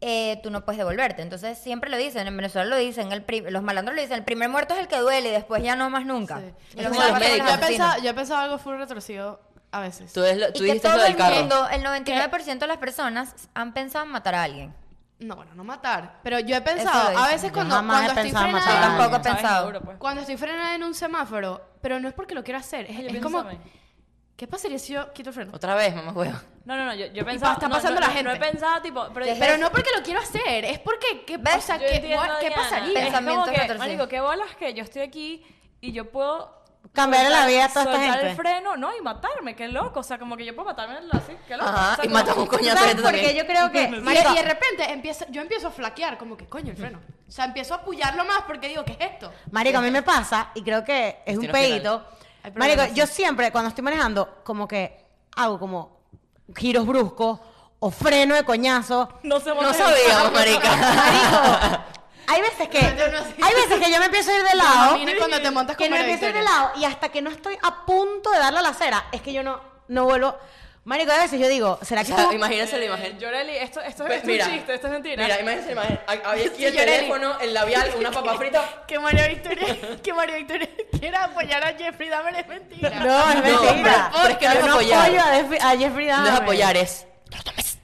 [SPEAKER 5] eh, tú no puedes devolverte. Entonces siempre lo dicen, en Venezuela lo dicen, el pri- los malandros lo dicen, el primer muerto es el que duele y después ya no más nunca.
[SPEAKER 2] Sí.
[SPEAKER 5] Y
[SPEAKER 4] Es
[SPEAKER 5] los
[SPEAKER 4] como
[SPEAKER 2] Bueno,
[SPEAKER 4] los
[SPEAKER 5] malandros
[SPEAKER 2] pero yo,
[SPEAKER 4] médicos.
[SPEAKER 5] son
[SPEAKER 2] he
[SPEAKER 5] los asesinos.
[SPEAKER 2] pensado, yo he pensado algo full retorcido a veces.
[SPEAKER 4] Tú, es lo-
[SPEAKER 5] Y
[SPEAKER 4] tú
[SPEAKER 5] que
[SPEAKER 4] dijiste
[SPEAKER 5] todo
[SPEAKER 4] lo del
[SPEAKER 5] el
[SPEAKER 4] carro.
[SPEAKER 5] mundo, el 99% de las personas han pensado en matar a alguien.
[SPEAKER 2] No, bueno, no matar. Pero yo he
[SPEAKER 5] Eso
[SPEAKER 2] pensado,
[SPEAKER 5] lo
[SPEAKER 2] a
[SPEAKER 5] dicen.
[SPEAKER 2] veces
[SPEAKER 5] Yo
[SPEAKER 2] cuando,
[SPEAKER 1] jamás
[SPEAKER 2] cuando
[SPEAKER 1] he
[SPEAKER 2] estoy
[SPEAKER 1] pensado en
[SPEAKER 2] frenada.
[SPEAKER 5] Yo
[SPEAKER 1] matar a
[SPEAKER 5] tampoco he
[SPEAKER 1] alguien.
[SPEAKER 3] ¿Sabes?
[SPEAKER 5] pensado.
[SPEAKER 3] Seguro, pues.
[SPEAKER 2] Cuando estoy frenada en un semáforo, pero no es porque lo quiero hacer, es, el-
[SPEAKER 3] Es
[SPEAKER 2] es
[SPEAKER 3] un
[SPEAKER 2] como,
[SPEAKER 3] examen.
[SPEAKER 2] ¿qué pasaría si yo quito el freno?
[SPEAKER 4] Otra vez, mamá huevo.
[SPEAKER 3] No, no, no, yo, yo pensaba...
[SPEAKER 2] está
[SPEAKER 3] no,
[SPEAKER 2] pasando
[SPEAKER 3] no,
[SPEAKER 2] la
[SPEAKER 3] No he
[SPEAKER 2] gente.
[SPEAKER 3] pensado, tipo... Pero,
[SPEAKER 5] ¿Qué es
[SPEAKER 2] Pero
[SPEAKER 5] eso?
[SPEAKER 2] no porque lo quiero hacer, es porque, ¿qué,
[SPEAKER 5] ¿Ves?
[SPEAKER 2] o sea,
[SPEAKER 3] Yo
[SPEAKER 2] ¿qué,
[SPEAKER 3] entiendo,
[SPEAKER 2] what- qué
[SPEAKER 3] Diana.
[SPEAKER 2] pasaría?
[SPEAKER 3] Es como
[SPEAKER 5] Pensamientos
[SPEAKER 3] que,
[SPEAKER 5] retorcidos.
[SPEAKER 3] marico, qué bolas que yo estoy aquí y yo puedo...
[SPEAKER 1] Cambiarle
[SPEAKER 3] soltar-
[SPEAKER 1] la vida a toda esta
[SPEAKER 3] soltar el
[SPEAKER 1] gente.
[SPEAKER 3] freno, no, y matarme, qué loco. O sea, como que yo puedo matarme en el así, qué loco.
[SPEAKER 4] Ajá,
[SPEAKER 3] O sea,
[SPEAKER 4] y
[SPEAKER 3] como-
[SPEAKER 4] matamos un coñazo de
[SPEAKER 1] ¿Sabes?
[SPEAKER 4] gente
[SPEAKER 1] Porque yo
[SPEAKER 4] también.
[SPEAKER 1] creo que...
[SPEAKER 2] Marico, y de repente empieza, yo empiezo a flaquear, como que coño el freno. O sea, empiezo a apoyarlo más porque digo, ¿qué es esto?
[SPEAKER 1] Marico, a mí me pasa, y creo que es un
[SPEAKER 4] Destino final.
[SPEAKER 1] pedito.
[SPEAKER 2] Hay problemas,
[SPEAKER 1] Marico,
[SPEAKER 2] sí.
[SPEAKER 1] yo siempre cuando estoy manejando, como que hago como giros bruscos o freno de coñazo.
[SPEAKER 3] No se
[SPEAKER 4] No sabíamos, marica.
[SPEAKER 1] Hay veces que
[SPEAKER 2] No, yo no sé.
[SPEAKER 1] hay veces que yo me empiezo a ir de
[SPEAKER 2] No,
[SPEAKER 1] lado.
[SPEAKER 2] imagina cuando te montas
[SPEAKER 1] que
[SPEAKER 2] con
[SPEAKER 1] me
[SPEAKER 2] María
[SPEAKER 1] empiezo a ir de
[SPEAKER 2] Victoria.
[SPEAKER 1] lado y hasta que no estoy a punto de darle a la acera, es que yo no no vuelvo. Marico, a veces yo digo, ¿será
[SPEAKER 4] O
[SPEAKER 1] que
[SPEAKER 4] sea,
[SPEAKER 1] estuvo-
[SPEAKER 4] imagínense la imagen.
[SPEAKER 3] Yoreli, esto, esto,
[SPEAKER 4] Pe-
[SPEAKER 3] es- esto es un chiste, esto es mentira.
[SPEAKER 4] Mira, imagínense la imagen. Hay- Había aquí el
[SPEAKER 2] Sí, Yoreli.
[SPEAKER 4] teléfono, el labial, una papa frita.
[SPEAKER 2] Que María Victoria, que María Victoria quiera apoyar a Jeffrey Dahmer es mentira.
[SPEAKER 1] No, es
[SPEAKER 4] No,
[SPEAKER 1] mentira.
[SPEAKER 4] pero- pero es que no es
[SPEAKER 1] Yo no
[SPEAKER 4] apoyar.
[SPEAKER 1] apoyo a, Def- a Jeffrey
[SPEAKER 4] No
[SPEAKER 1] Dahmer.
[SPEAKER 4] es apoyar, es. No lo tomes.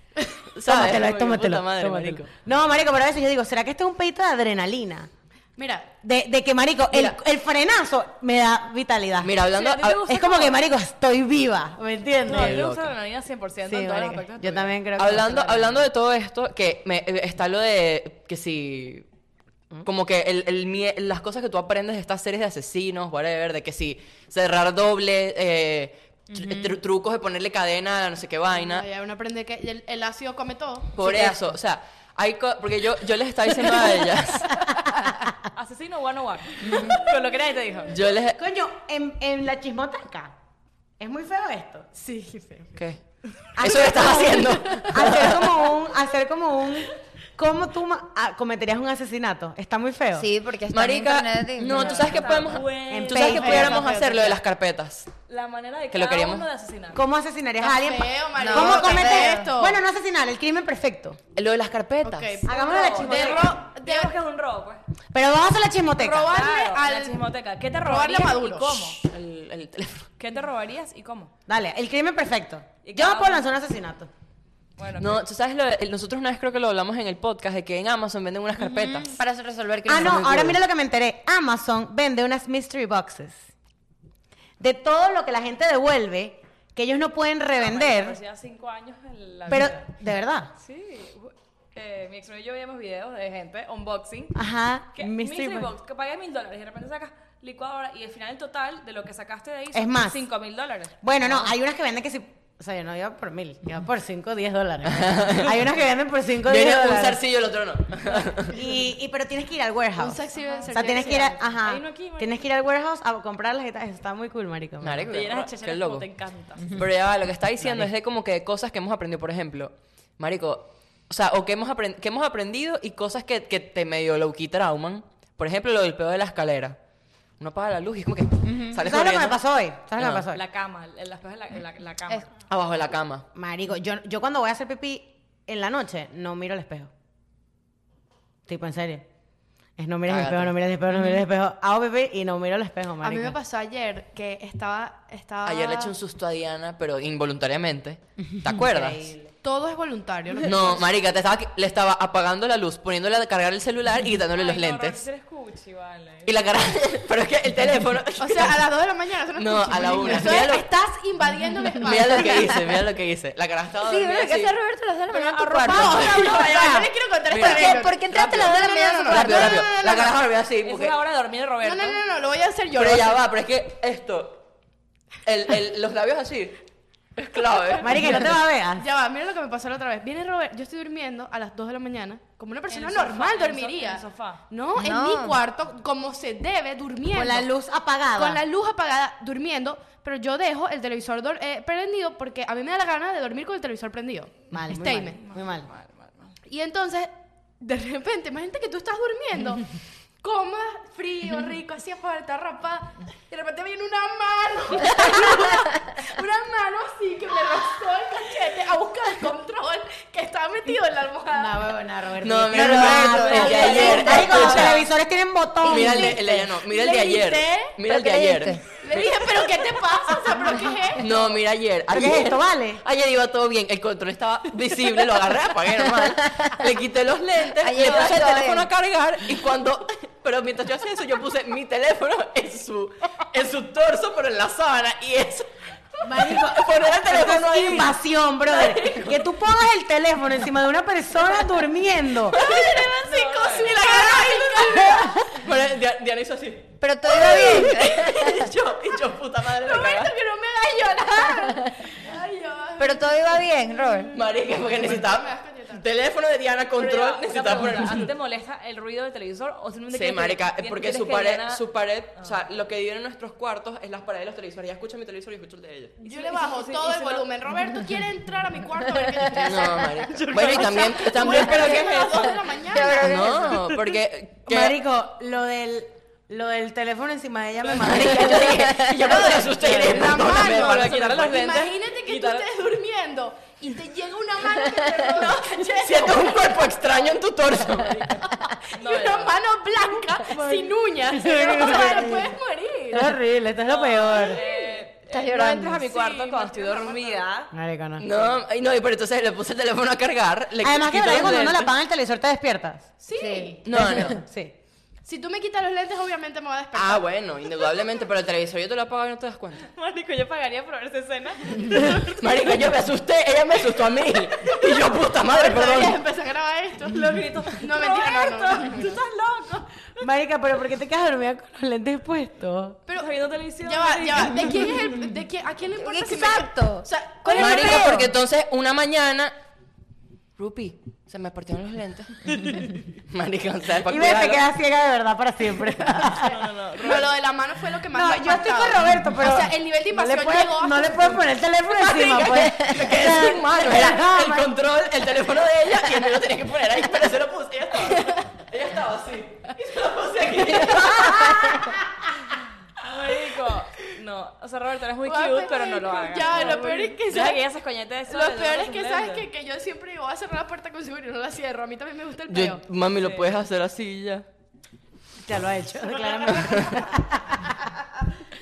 [SPEAKER 4] ¿Sabes?
[SPEAKER 1] Tómatelo,
[SPEAKER 4] Como que,
[SPEAKER 1] tómatelo,
[SPEAKER 4] puta madre,
[SPEAKER 1] tómatelo.
[SPEAKER 4] marico.
[SPEAKER 1] No, marico, pero a veces yo digo, ¿será que esto es un pedito de adrenalina?
[SPEAKER 2] Mira,
[SPEAKER 1] De, de que, marico, el,
[SPEAKER 4] Mira.
[SPEAKER 1] el frenazo me da vitalidad.
[SPEAKER 4] Mira, hablando.
[SPEAKER 3] Sí, a ti te
[SPEAKER 4] hab-
[SPEAKER 3] gusta
[SPEAKER 1] es como que, marico, estoy viva, ¿me entiendes?
[SPEAKER 3] No, a mí me
[SPEAKER 4] loca.
[SPEAKER 3] gusta la adrenalina 100% en
[SPEAKER 1] Sí,
[SPEAKER 3] todos los
[SPEAKER 1] marico,
[SPEAKER 3] aspectos de tu
[SPEAKER 1] yo
[SPEAKER 3] vida.
[SPEAKER 1] también creo que...
[SPEAKER 4] Hablando, hablando de todo esto, que me, eh, está lo de que si. ¿Mm? Como que el, el mie- las cosas que tú aprendes de estas series de asesinos, whatever, de que si cerrar doble, eh, tr- tru- trucos de ponerle cadena a no sé qué vaina.
[SPEAKER 2] ya uno aprende que el, el ácido come todo.
[SPEAKER 4] Por eso, o sea, hay co- porque yo, yo les estaba diciendo a ellas,
[SPEAKER 3] Asesino one on one. Con lo que nadie te dijo.
[SPEAKER 4] yo les...
[SPEAKER 1] Coño, en, en la chismoteca, es muy feo esto.
[SPEAKER 2] Sí, feo.
[SPEAKER 4] ¿Qué? Eso lo estás haciendo.
[SPEAKER 1] Hacer como un... Hacer como un... ¿Cómo tú ma- ah, cometerías un asesinato? Está muy feo.
[SPEAKER 5] Sí, porque está
[SPEAKER 4] Marica,
[SPEAKER 5] en internet. y-
[SPEAKER 4] no, tú sabes que podemos...
[SPEAKER 3] Bueno.
[SPEAKER 4] Tú sabes que
[SPEAKER 1] Facebook.
[SPEAKER 4] pudiéramos hacer lo de las carpetas.
[SPEAKER 3] La manera de
[SPEAKER 4] Que lo
[SPEAKER 3] cada
[SPEAKER 4] queríamos.
[SPEAKER 3] uno de asesinar.
[SPEAKER 1] ¿Cómo asesinarías
[SPEAKER 2] Está
[SPEAKER 1] a alguien?
[SPEAKER 2] feo, marico,
[SPEAKER 1] ¿Cómo
[SPEAKER 5] está
[SPEAKER 1] cometer
[SPEAKER 5] feo.
[SPEAKER 1] esto? Bueno, no asesinar, el crimen perfecto.
[SPEAKER 4] Lo de las carpetas.
[SPEAKER 2] Ok.
[SPEAKER 1] Hagámoslo de la
[SPEAKER 2] De
[SPEAKER 1] chismoteca.
[SPEAKER 2] ro- de
[SPEAKER 3] Digamos que es un robo, pues.
[SPEAKER 1] Pero vamos a hacer la chismoteca.
[SPEAKER 2] Robar- Darle
[SPEAKER 3] Claro,
[SPEAKER 2] al-
[SPEAKER 3] la chismoteca. ¿Qué te
[SPEAKER 2] robarle
[SPEAKER 3] robarías
[SPEAKER 2] a
[SPEAKER 3] y
[SPEAKER 2] Maduro.
[SPEAKER 3] cómo?
[SPEAKER 4] El, el teléfono.
[SPEAKER 3] ¿Qué te robarías y cómo?
[SPEAKER 1] Dale, el crimen perfecto.
[SPEAKER 3] Y
[SPEAKER 1] Yo
[SPEAKER 3] cada
[SPEAKER 1] me puedo
[SPEAKER 3] uno.
[SPEAKER 1] lanzar un asesinato.
[SPEAKER 3] Bueno,
[SPEAKER 4] No, tú sabes, lo de- el- nosotros una vez creo que lo hablamos en el podcast, de que en Amazon venden unas carpetas.
[SPEAKER 5] Para resolver que
[SPEAKER 1] Ah, no,
[SPEAKER 4] muy
[SPEAKER 1] ahora
[SPEAKER 4] cool.
[SPEAKER 1] mira lo que me enteré. Amazon vende unas mystery boxes. De todo lo que la gente devuelve, que ellos no pueden revender.
[SPEAKER 3] Hacía cinco años en la
[SPEAKER 1] Pero,
[SPEAKER 3] vida.
[SPEAKER 1] de verdad.
[SPEAKER 3] Sí. Eh, mi ex y yo veíamos videos de gente unboxing.
[SPEAKER 1] Ajá,
[SPEAKER 3] Que, mystery box, que pagué mil dólares y de repente sacas licuadora y al final el total de lo que sacaste de ahí son
[SPEAKER 1] Es más.
[SPEAKER 3] cinco mil dólares.
[SPEAKER 1] Bueno, no, hay unas que venden que si... O sea, yo no iba por mil, iba por 5 o 10 dólares. Hay unas que venden por 5 o 10
[SPEAKER 4] Viene un
[SPEAKER 1] dólares.
[SPEAKER 4] zarcillo, el otro no.
[SPEAKER 1] Y, y- pero tienes que ir al warehouse.
[SPEAKER 2] Un sexy
[SPEAKER 1] o sea,
[SPEAKER 2] servicio
[SPEAKER 1] tienes que ir, a- ajá,
[SPEAKER 3] Hay uno aquí, marico.
[SPEAKER 1] tienes que ir al warehouse a comprarlas y tal. Está muy cool, marico.
[SPEAKER 4] Marico,
[SPEAKER 3] Te llenas de
[SPEAKER 4] qué
[SPEAKER 3] checheras como
[SPEAKER 4] loco.
[SPEAKER 3] te encanta.
[SPEAKER 4] Pero ya va, lo que está diciendo es de como que cosas que hemos aprendido, por ejemplo, marico, o sea, o que hemos, aprend- que hemos aprendido y cosas que, que te medio low-key trauman. Por ejemplo, lo del pedo de la escalera. Uno apaga la luz y es como que sales
[SPEAKER 1] ¿Sabes lo que me
[SPEAKER 4] corriendo
[SPEAKER 1] pasó hoy? ¿Sabes lo que
[SPEAKER 4] No.
[SPEAKER 1] me pasó hoy?
[SPEAKER 3] La cama, el- las cosas de la, la- la cama.
[SPEAKER 5] Es-
[SPEAKER 4] abajo de la cama.
[SPEAKER 1] Marico, yo, yo cuando voy a hacer pipí en la noche, no miro el espejo. Tipo, en serio. Es no miras el
[SPEAKER 4] Cágate.
[SPEAKER 1] espejo, no miras el espejo, no miras el espejo. Hago pipí y no miro el espejo, marico.
[SPEAKER 2] A mí me pasó ayer que estaba, estaba...
[SPEAKER 4] Ayer le eché un susto a Diana, pero involuntariamente. ¿Te acuerdas?
[SPEAKER 2] Todo es voluntario. ¿no?
[SPEAKER 4] No, marica, te estaba, le estaba apagando la luz, poniéndole a cargar el celular y quitándole
[SPEAKER 3] Ay,
[SPEAKER 4] los
[SPEAKER 3] no,
[SPEAKER 4] lentes.
[SPEAKER 3] Roxy, eres cuchi, vale.
[SPEAKER 4] Y la cara. Pero es que el teléfono.
[SPEAKER 2] O sea, a las 2 de la mañana. eso
[SPEAKER 4] No,
[SPEAKER 2] es
[SPEAKER 4] a la
[SPEAKER 2] cuchi,
[SPEAKER 4] una.
[SPEAKER 2] eso es-
[SPEAKER 4] Mira lo-
[SPEAKER 2] Estás invadiendo mi espacio.
[SPEAKER 4] Mira lo que hice, mira lo que hice. La cara estaba
[SPEAKER 5] Sí,
[SPEAKER 4] dormida
[SPEAKER 5] ¿verdad? que
[SPEAKER 4] así.
[SPEAKER 5] hacía Roberto a las dos de la mañana en tu
[SPEAKER 2] Arropado,
[SPEAKER 5] cuarto?
[SPEAKER 2] no, no, no, yo les quiero contar este esta
[SPEAKER 4] Mira.
[SPEAKER 5] ¿Por qué?
[SPEAKER 2] anécdota.
[SPEAKER 5] ¿Por qué entraste a las dos de la mañana en tu
[SPEAKER 4] Rápido,
[SPEAKER 5] cuardo?
[SPEAKER 4] rápido.
[SPEAKER 2] no, no,
[SPEAKER 4] La
[SPEAKER 2] no,
[SPEAKER 4] cara dormida así
[SPEAKER 3] Esa
[SPEAKER 4] porque...
[SPEAKER 3] es la hora de dormir de
[SPEAKER 2] No,
[SPEAKER 3] Roberto.
[SPEAKER 2] no, no, no, lo voy a hacer yo.
[SPEAKER 4] Pero
[SPEAKER 2] lo
[SPEAKER 4] ya
[SPEAKER 2] voy a
[SPEAKER 4] va, pero es que esto... el- el- los labios así... Es clave.
[SPEAKER 1] Marica, no te va a
[SPEAKER 2] hacer-
[SPEAKER 1] ver.
[SPEAKER 2] Ya va, mira lo que me pasó la otra vez. Viene Robert, yo estoy durmiendo a las 2 de la mañana, como una persona
[SPEAKER 3] el sofá,
[SPEAKER 2] normal
[SPEAKER 3] en el so-
[SPEAKER 2] dormiría.
[SPEAKER 3] en el sofá.
[SPEAKER 2] No, en
[SPEAKER 5] No.
[SPEAKER 2] mi cuarto, como se debe, durmiendo.
[SPEAKER 1] Con la luz apagada.
[SPEAKER 2] Con la luz apagada, durmiendo, pero yo dejo el televisor dor- eh, prendido porque a mí me da la gana de dormir con el televisor prendido.
[SPEAKER 1] Mal, muy mal,
[SPEAKER 2] Statement.
[SPEAKER 1] muy mal.
[SPEAKER 2] Y entonces, de repente, imagínate que tú estás durmiendo, coma, frío, rico, así falta ropa, y de repente viene una mano, una mano así que me rozó el cachete a buscar el control que estaba metido en la almohada.
[SPEAKER 1] No, huevona, Roberto.
[SPEAKER 4] No, mira,
[SPEAKER 1] No,
[SPEAKER 4] no,
[SPEAKER 1] no,
[SPEAKER 4] no,
[SPEAKER 1] no,
[SPEAKER 4] el de
[SPEAKER 1] no,
[SPEAKER 4] ayer,
[SPEAKER 1] no, Marico, los
[SPEAKER 4] escucha.
[SPEAKER 1] televisores tienen botón.
[SPEAKER 4] Mira el de, el de ella no, mira el de
[SPEAKER 2] Le
[SPEAKER 4] ayer.
[SPEAKER 2] grité,
[SPEAKER 4] Mira el de
[SPEAKER 5] ¿pero qué le
[SPEAKER 4] ayer.
[SPEAKER 5] dijiste?
[SPEAKER 2] Le dije, ¿pero qué te pasa? O sea, ¿pero qué es esto?
[SPEAKER 1] esto?
[SPEAKER 4] No, mira ayer.
[SPEAKER 1] ¿Pero qué
[SPEAKER 4] ayer-
[SPEAKER 1] es esto, vale?
[SPEAKER 4] Ayer iba todo bien. El control estaba visible, lo agarré, apagué normal. Le quité los lentes,
[SPEAKER 5] Ayer
[SPEAKER 4] le
[SPEAKER 5] iba
[SPEAKER 4] puse el
[SPEAKER 5] todo
[SPEAKER 4] teléfono
[SPEAKER 5] bien.
[SPEAKER 4] a cargar y cuando. Pero mientras yo hacía eso, yo puse mi teléfono en su, en su torso, pero en la sábana. Y eso.
[SPEAKER 1] Marico,
[SPEAKER 4] Poner el teléfono
[SPEAKER 1] esto es
[SPEAKER 4] ahí.
[SPEAKER 1] invasión, brother. Que tú pongas el teléfono encima de una persona durmiendo.
[SPEAKER 4] Sí, cosí la cara ahí. Bueno, Dia- Diana hizo así.
[SPEAKER 5] Pero todo iba bien.
[SPEAKER 4] Y yo, y yo, puta madre, la
[SPEAKER 2] Roberto,
[SPEAKER 4] cagada.
[SPEAKER 2] que no me hagas llorar. Ay, Dios.
[SPEAKER 5] Pero todo iba bien, Robert.
[SPEAKER 4] Marica, porque necesitaba teléfono de Diana,
[SPEAKER 3] Pero ya,
[SPEAKER 4] control,
[SPEAKER 3] una
[SPEAKER 4] necesitaba
[SPEAKER 3] pregunta,
[SPEAKER 4] poner
[SPEAKER 3] ¿A ti te molesta el ruido del televisor o simplemente
[SPEAKER 4] Sí,
[SPEAKER 3] quieres que-
[SPEAKER 4] marica, eh,
[SPEAKER 3] quieres-
[SPEAKER 4] porque
[SPEAKER 3] quieres
[SPEAKER 4] su
[SPEAKER 3] que
[SPEAKER 4] pared,
[SPEAKER 3] Diana-
[SPEAKER 4] su pared, o
[SPEAKER 2] Ah.
[SPEAKER 4] sea, lo que dieron nuestros cuartos es las paredes de los televisores. Ya escucha mi televisor y escucho el de ella.
[SPEAKER 2] Yo le bajo
[SPEAKER 3] sí,
[SPEAKER 2] todo
[SPEAKER 3] y
[SPEAKER 2] el
[SPEAKER 3] si no-
[SPEAKER 2] volumen. Roberto quiere entrar a mi cuarto a ver qué le
[SPEAKER 4] No, marica. bueno, y también, también
[SPEAKER 2] Pero
[SPEAKER 4] pero
[SPEAKER 2] que
[SPEAKER 4] ¿qué
[SPEAKER 2] es
[SPEAKER 4] es
[SPEAKER 2] las
[SPEAKER 4] eso?
[SPEAKER 2] dos de la mañana.
[SPEAKER 5] Pero-
[SPEAKER 4] No, porque que-
[SPEAKER 1] Marico, lo del, lo del teléfono encima de ella me mata.
[SPEAKER 4] Marica, yo dije, y yo cuando le asusté, dije,
[SPEAKER 2] La
[SPEAKER 4] perdóname,
[SPEAKER 2] mano,
[SPEAKER 4] para quitarle los lentes.
[SPEAKER 2] Imagínate que tú
[SPEAKER 4] quitar-
[SPEAKER 2] estés durmiendo y te llega una mano que te roba los cachetes
[SPEAKER 4] Siento un cuerpo extraño en tu torso.
[SPEAKER 2] y una mano blanca sin uñas. O sea, puedes morir.
[SPEAKER 1] Es horrible, esto es lo peor.
[SPEAKER 3] Eh,
[SPEAKER 5] Estás
[SPEAKER 3] eh,
[SPEAKER 5] llorando.
[SPEAKER 3] No entras a mi
[SPEAKER 2] Sí,
[SPEAKER 3] cuarto
[SPEAKER 2] me
[SPEAKER 3] cuando estoy
[SPEAKER 2] estoy
[SPEAKER 3] dormida.
[SPEAKER 1] Marico, no.
[SPEAKER 4] No, ay, no, y pero entonces le puse el teléfono a cargar. Le
[SPEAKER 1] Además que
[SPEAKER 4] quité
[SPEAKER 1] ¿verdad?
[SPEAKER 4] los
[SPEAKER 1] cuando uno le
[SPEAKER 4] lentes.
[SPEAKER 1] apaga el televisor te despiertas.
[SPEAKER 2] Sí.
[SPEAKER 4] No, no.
[SPEAKER 1] Sí.
[SPEAKER 2] Si tú me quitas los lentes, obviamente me voy a despertar.
[SPEAKER 4] Ah, bueno, indudablemente, pero el televisor yo te lo apago y no te das cuenta.
[SPEAKER 3] Marico, yo pagaría por ver esa escena.
[SPEAKER 4] Marica, yo me asusté, ella me asustó a mí. Y yo, puta madre,
[SPEAKER 2] Deberías
[SPEAKER 4] perdón.
[SPEAKER 2] empezar a grabar esto. Lo grito. No, mentira, no, no, no, no.
[SPEAKER 3] Tú estás loco.
[SPEAKER 1] Marica, pero ¿por qué te quedas dormida con los lentes puestos?
[SPEAKER 2] Pero
[SPEAKER 3] Estás viendo televisión.
[SPEAKER 2] ya va, ya
[SPEAKER 3] marica.
[SPEAKER 2] va. ¿De quién es el.? De quién, ¿A quién le importa si me-
[SPEAKER 5] Exacto.
[SPEAKER 2] O sea, ¿cuál
[SPEAKER 5] ¿Cuál
[SPEAKER 2] es
[SPEAKER 5] es el
[SPEAKER 4] Marica,
[SPEAKER 5] peo?
[SPEAKER 4] porque entonces una mañana. Rupi, se me partieron los lentes. Marica, o sea, para
[SPEAKER 1] Y ves, te
[SPEAKER 4] cuidarlo.
[SPEAKER 1] quedas ciega de verdad para siempre.
[SPEAKER 2] No, lo de la mano fue lo que más
[SPEAKER 1] No,
[SPEAKER 2] me
[SPEAKER 1] yo estoy
[SPEAKER 2] impactaba.
[SPEAKER 1] con Roberto, pero.
[SPEAKER 2] O sea, el nivel de
[SPEAKER 1] no le
[SPEAKER 2] invasión
[SPEAKER 1] puedes-
[SPEAKER 2] llegó.
[SPEAKER 1] No le puedes poner el teléfono encima, pues.
[SPEAKER 4] Me quedé sin mano. Era el control, el teléfono de ella y el mío lo tenía que poner ahí, pero se lo puse. Ella estaba, ella estaba así. Y se lo puse aquí.
[SPEAKER 3] Marico. No. O sea, Roberto, eres muy
[SPEAKER 2] Guau,
[SPEAKER 3] cute, pero no lo
[SPEAKER 2] marico.
[SPEAKER 3] hagas.
[SPEAKER 2] Ya,
[SPEAKER 3] No,
[SPEAKER 2] lo peor es que,
[SPEAKER 3] Deja
[SPEAKER 2] ¿sabes?
[SPEAKER 3] que ella se escoñete de eso.
[SPEAKER 2] Lo peor es que, ¿sabes que, que yo siempre voy a cerrar la puerta con seguro y no la cierro. A mí también me gusta el peo.
[SPEAKER 4] mami, lo puedes hacer así ya.
[SPEAKER 1] Ya lo ha hecho, claramente.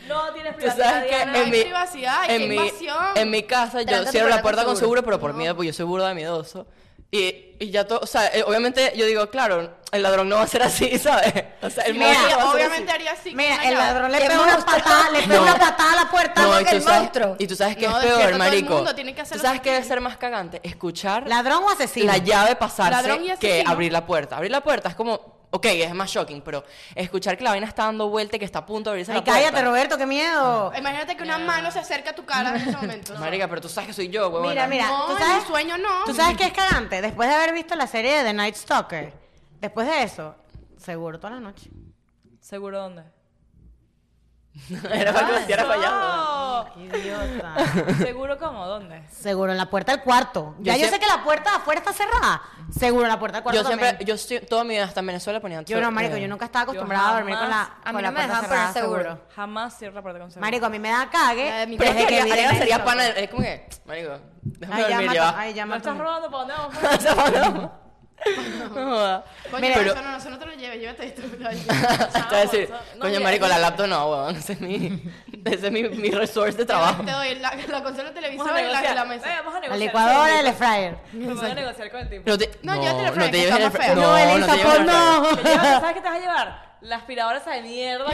[SPEAKER 3] No tienes
[SPEAKER 4] Tú
[SPEAKER 3] privacidad,
[SPEAKER 4] sabes que
[SPEAKER 3] Diana.
[SPEAKER 2] no hay
[SPEAKER 4] en mi,
[SPEAKER 2] privacidad, hay que
[SPEAKER 4] en, mi,
[SPEAKER 2] invasión.
[SPEAKER 4] en mi casa
[SPEAKER 5] Trata
[SPEAKER 4] yo
[SPEAKER 5] de
[SPEAKER 4] cierro la
[SPEAKER 5] guardar
[SPEAKER 4] puerta
[SPEAKER 5] con
[SPEAKER 4] con
[SPEAKER 5] seguro.
[SPEAKER 4] seguro, pero por miedo, pues yo soy burda de miedoso. Y, y ya todo, o sea, eh, obviamente yo digo, claro, el ladrón no va a ser así, ¿sabes? O sea, el
[SPEAKER 2] Sí,
[SPEAKER 4] mozo
[SPEAKER 2] mira,
[SPEAKER 4] no va a ser
[SPEAKER 2] obviamente
[SPEAKER 4] así.
[SPEAKER 2] haría así. con
[SPEAKER 1] Mira,
[SPEAKER 2] una
[SPEAKER 1] el
[SPEAKER 2] llave.
[SPEAKER 1] ladrón le
[SPEAKER 5] Qué
[SPEAKER 1] pega una
[SPEAKER 5] monstruo.
[SPEAKER 1] patada, le pega
[SPEAKER 4] No.
[SPEAKER 1] una patada a la puerta.
[SPEAKER 4] No,
[SPEAKER 5] Estamos
[SPEAKER 4] y
[SPEAKER 5] que
[SPEAKER 4] tú
[SPEAKER 5] el
[SPEAKER 4] sabes,
[SPEAKER 5] monstruo.
[SPEAKER 4] y tú sabes que
[SPEAKER 2] No,
[SPEAKER 4] es
[SPEAKER 2] despierta
[SPEAKER 4] peor,
[SPEAKER 2] todo el
[SPEAKER 4] marico.
[SPEAKER 2] mundo, tiene que hacer
[SPEAKER 4] tú
[SPEAKER 2] lo
[SPEAKER 4] sabes
[SPEAKER 2] que
[SPEAKER 4] que debe
[SPEAKER 2] tiene.
[SPEAKER 4] ser más cagante escuchar
[SPEAKER 1] Ladrón o asesino.
[SPEAKER 4] la llave pasarse
[SPEAKER 2] Ladrón y
[SPEAKER 4] que
[SPEAKER 2] asesino.
[SPEAKER 4] abrir la puerta. Abrir la puerta es como, ok, es más shocking, pero escuchar que la vaina está dando vuelta y que está a punto de abrirse
[SPEAKER 1] Ay,
[SPEAKER 4] la puerta.
[SPEAKER 1] cállate, Roberto, qué miedo.
[SPEAKER 2] Imagínate que una mano se acerca a tu cara en ese momento.
[SPEAKER 4] Marica, pero tú sabes que soy yo, huevona.
[SPEAKER 1] Mira, mira,
[SPEAKER 2] No,
[SPEAKER 1] ¿tú
[SPEAKER 2] en
[SPEAKER 1] sabes?
[SPEAKER 2] mi sueño no.
[SPEAKER 1] ¿Tú sabes qué es cagante? Después de haber visto la serie de The Night Stalker, después de eso, seguro toda la noche.
[SPEAKER 3] ¿Seguro dónde?
[SPEAKER 4] Era para que era fallado.
[SPEAKER 3] No.
[SPEAKER 1] Idiota.
[SPEAKER 3] ¿Seguro cómo? ¿Dónde?
[SPEAKER 1] Seguro en la puerta del cuarto. Ya yo,
[SPEAKER 4] siem-
[SPEAKER 1] sé que la puerta de afuera está cerrada. Seguro en la puerta del cuarto
[SPEAKER 4] Yo siempre,
[SPEAKER 1] también.
[SPEAKER 4] yo sí- toda mi vida hasta en Venezuela eh, ponía
[SPEAKER 1] Yo no, marico, yo nunca estaba acostumbrada a dormir con
[SPEAKER 3] jamás-
[SPEAKER 1] la,
[SPEAKER 5] a mí
[SPEAKER 1] con
[SPEAKER 5] no
[SPEAKER 1] la
[SPEAKER 5] me
[SPEAKER 1] puerta
[SPEAKER 5] dejaban poner
[SPEAKER 1] cerrada, seguro.
[SPEAKER 5] seguro.
[SPEAKER 3] Jamás cierro la puerta con seguro.
[SPEAKER 1] Marico, a mí me da cague
[SPEAKER 2] La de mi
[SPEAKER 4] Pero
[SPEAKER 1] desde
[SPEAKER 4] es que
[SPEAKER 1] que vi
[SPEAKER 4] Ariana
[SPEAKER 1] The
[SPEAKER 4] sería
[SPEAKER 1] Night
[SPEAKER 4] pana,
[SPEAKER 1] Stalker.
[SPEAKER 4] es como que, marico, déjame
[SPEAKER 1] Ay, ya
[SPEAKER 4] dormir,
[SPEAKER 1] mato-
[SPEAKER 4] ya va.
[SPEAKER 1] ay, ya
[SPEAKER 3] ¿No
[SPEAKER 1] mato-
[SPEAKER 3] estás robando? ¿Para dónde vamos?
[SPEAKER 4] O sea, bueno, No joda.
[SPEAKER 2] Coño,
[SPEAKER 4] Mira, pero-
[SPEAKER 2] eso no, eso no te lo lleves, llévate esto.
[SPEAKER 4] Te voy a decir,
[SPEAKER 3] o sea, no,
[SPEAKER 4] coño,
[SPEAKER 3] mira,
[SPEAKER 4] marico, la
[SPEAKER 3] mira.
[SPEAKER 4] laptop no, weón. Ese es mi, ese es mi, mi resource de trabajo.
[SPEAKER 2] Te doy la, la consola del
[SPEAKER 3] Vamos
[SPEAKER 2] televisor
[SPEAKER 3] a
[SPEAKER 2] y la,
[SPEAKER 3] negociar.
[SPEAKER 2] la
[SPEAKER 3] Eh,
[SPEAKER 2] mesa.
[SPEAKER 3] vamos
[SPEAKER 1] La
[SPEAKER 3] a negociar.
[SPEAKER 1] licuadora y el fryer.
[SPEAKER 3] Me voy a negociar con el tipo.
[SPEAKER 4] No, te,
[SPEAKER 2] No, llévate la
[SPEAKER 4] no
[SPEAKER 2] Frank,
[SPEAKER 4] te
[SPEAKER 2] que
[SPEAKER 4] lleves
[SPEAKER 2] está
[SPEAKER 4] el
[SPEAKER 2] más
[SPEAKER 4] Frank.
[SPEAKER 2] feo.
[SPEAKER 1] No,
[SPEAKER 4] te
[SPEAKER 1] Elisa,
[SPEAKER 4] lleves
[SPEAKER 1] pues
[SPEAKER 4] el Frank.
[SPEAKER 1] no.
[SPEAKER 3] Te llevas- ¿Sabes qué te vas a llevar? La aspiradora esa de mierda.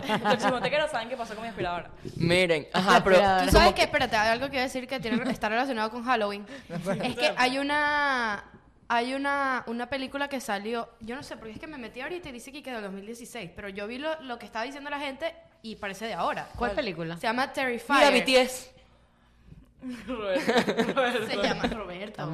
[SPEAKER 3] que- Los chismotequeros saben qué pasó con mi aspiradora.
[SPEAKER 4] Miren, ajá, pero.
[SPEAKER 1] aspiradora.
[SPEAKER 2] Tú sabes que, espérate, hay algo que decir que tiene, está relacionado con Halloween. es que hay una hay una, una película que salió, yo no sé, porque es que me metí ahorita y dice que quedó en 2016, pero yo vi lo, lo que estaba diciendo la gente y parece de ahora.
[SPEAKER 1] ¿Cuál película?
[SPEAKER 2] Se llama Terrifier.
[SPEAKER 4] Mira, BTS.
[SPEAKER 3] Roberto, Roberto.
[SPEAKER 2] Se llama Roberta.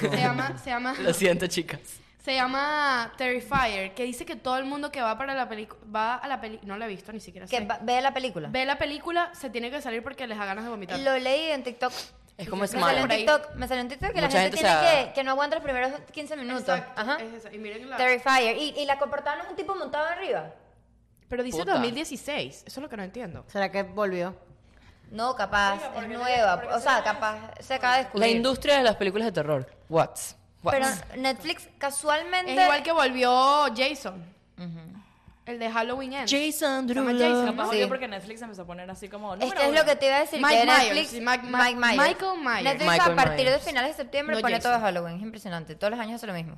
[SPEAKER 2] Se llama, se llama,
[SPEAKER 4] Lo siento, chicas.
[SPEAKER 2] se llama Terrifier, que dice que todo el mundo que va para la película, va a la película, no la he visto ni siquiera.
[SPEAKER 5] Que
[SPEAKER 2] sé.
[SPEAKER 5] va- ve la película.
[SPEAKER 2] Ve la película, se tiene que salir porque les da ganas de vomitar.
[SPEAKER 5] Lo leí en TikTok.
[SPEAKER 4] Es como
[SPEAKER 5] Me salió en
[SPEAKER 4] Smile.
[SPEAKER 2] ahí.
[SPEAKER 5] TikTok, me salió en TikTok que la
[SPEAKER 4] Mucha
[SPEAKER 5] gente,
[SPEAKER 4] gente se
[SPEAKER 5] tiene
[SPEAKER 4] ha-
[SPEAKER 5] que, que no aguanta los primeros 15 minutos.
[SPEAKER 2] Exacto,
[SPEAKER 5] Ajá.
[SPEAKER 2] es esa. Y miren la-
[SPEAKER 5] Terrifier. Y, y la portada no es un tipo montado arriba.
[SPEAKER 2] Pero dice
[SPEAKER 4] Puta.
[SPEAKER 2] 2016, eso es lo que no entiendo.
[SPEAKER 1] ¿Será que volvió?
[SPEAKER 5] No, capaz, es nueva. O sea, capaz se acaba de descubrir.
[SPEAKER 4] La pues. industria de las películas de terror. What's? What's?
[SPEAKER 5] Pero Netflix casualmente.
[SPEAKER 2] Es igual que volvió Jason. El de Halloween Ends.
[SPEAKER 4] Jason
[SPEAKER 2] Se llama
[SPEAKER 4] Derulo.
[SPEAKER 2] Jason,
[SPEAKER 3] Capaz
[SPEAKER 2] ¿no?
[SPEAKER 5] Sí.
[SPEAKER 3] yo porque Netflix empezó a poner así como.
[SPEAKER 5] Es
[SPEAKER 3] número
[SPEAKER 5] que es
[SPEAKER 3] uno.
[SPEAKER 5] lo que te iba a decir,
[SPEAKER 2] Mike
[SPEAKER 5] que
[SPEAKER 2] Myers,
[SPEAKER 5] Netflix,
[SPEAKER 2] sí, Mike- Mike- Michael Myers.
[SPEAKER 5] Netflix
[SPEAKER 4] Michael
[SPEAKER 5] a partir
[SPEAKER 4] Myers.
[SPEAKER 5] de finales de septiembre
[SPEAKER 2] No
[SPEAKER 5] pone todo
[SPEAKER 2] Jason.
[SPEAKER 5] Halloween, es impresionante, todos los años hace lo mismo.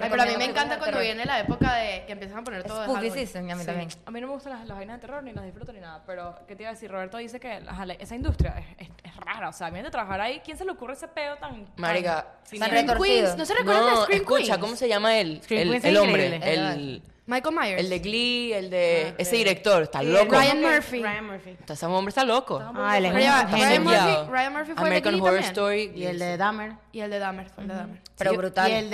[SPEAKER 2] Ay, pero a mí
[SPEAKER 5] Recomiendo
[SPEAKER 2] me encanta
[SPEAKER 5] películas de
[SPEAKER 2] cuando
[SPEAKER 5] terror.
[SPEAKER 2] viene la época de que empiezan a poner todo de
[SPEAKER 5] Spooky
[SPEAKER 2] Halloween.
[SPEAKER 5] season, a mí
[SPEAKER 2] Sí.
[SPEAKER 5] también.
[SPEAKER 3] A mí no me gustan las, las vainas de terror, ni las disfruto ni nada. Pero, ¿qué te iba a decir? Roberto dice que ajá, la- esa industria es, es- es rara. O sea, imagínate trabajar ahí. ¿Quién se le ocurre ese peo tan. tan
[SPEAKER 4] Marica,
[SPEAKER 3] siniestro?
[SPEAKER 5] San Retor-
[SPEAKER 2] Queens, ¿no se recuerdan de
[SPEAKER 4] No,
[SPEAKER 2] Scream
[SPEAKER 4] escucha,
[SPEAKER 2] Queens?
[SPEAKER 4] ¿cómo se llama él?
[SPEAKER 1] Scream
[SPEAKER 4] El,
[SPEAKER 1] Queens
[SPEAKER 4] el
[SPEAKER 1] es
[SPEAKER 4] hombre,
[SPEAKER 1] increíble.
[SPEAKER 4] el,
[SPEAKER 2] Michael Myers.
[SPEAKER 4] el de Glee, el de...
[SPEAKER 3] Ah,
[SPEAKER 4] Ese
[SPEAKER 3] ok.
[SPEAKER 4] director, está
[SPEAKER 1] Y
[SPEAKER 4] loco.
[SPEAKER 2] Ryan Murphy.
[SPEAKER 1] Ryan Murphy.
[SPEAKER 4] Está- Ese hombre está loco.
[SPEAKER 1] Ah, él es
[SPEAKER 2] Pero ya
[SPEAKER 1] un
[SPEAKER 2] va,
[SPEAKER 1] genio.
[SPEAKER 2] Ryan Murphy-
[SPEAKER 4] Demasiado.
[SPEAKER 2] Ryan Murphy fue el de
[SPEAKER 4] American
[SPEAKER 2] Glee
[SPEAKER 4] Horror
[SPEAKER 2] también.
[SPEAKER 4] Story.
[SPEAKER 1] Y el de Dahmer.
[SPEAKER 2] Y el de Dahmer, fue el de Dahmer.
[SPEAKER 5] Pero
[SPEAKER 1] Y-
[SPEAKER 5] brutal.
[SPEAKER 1] Y el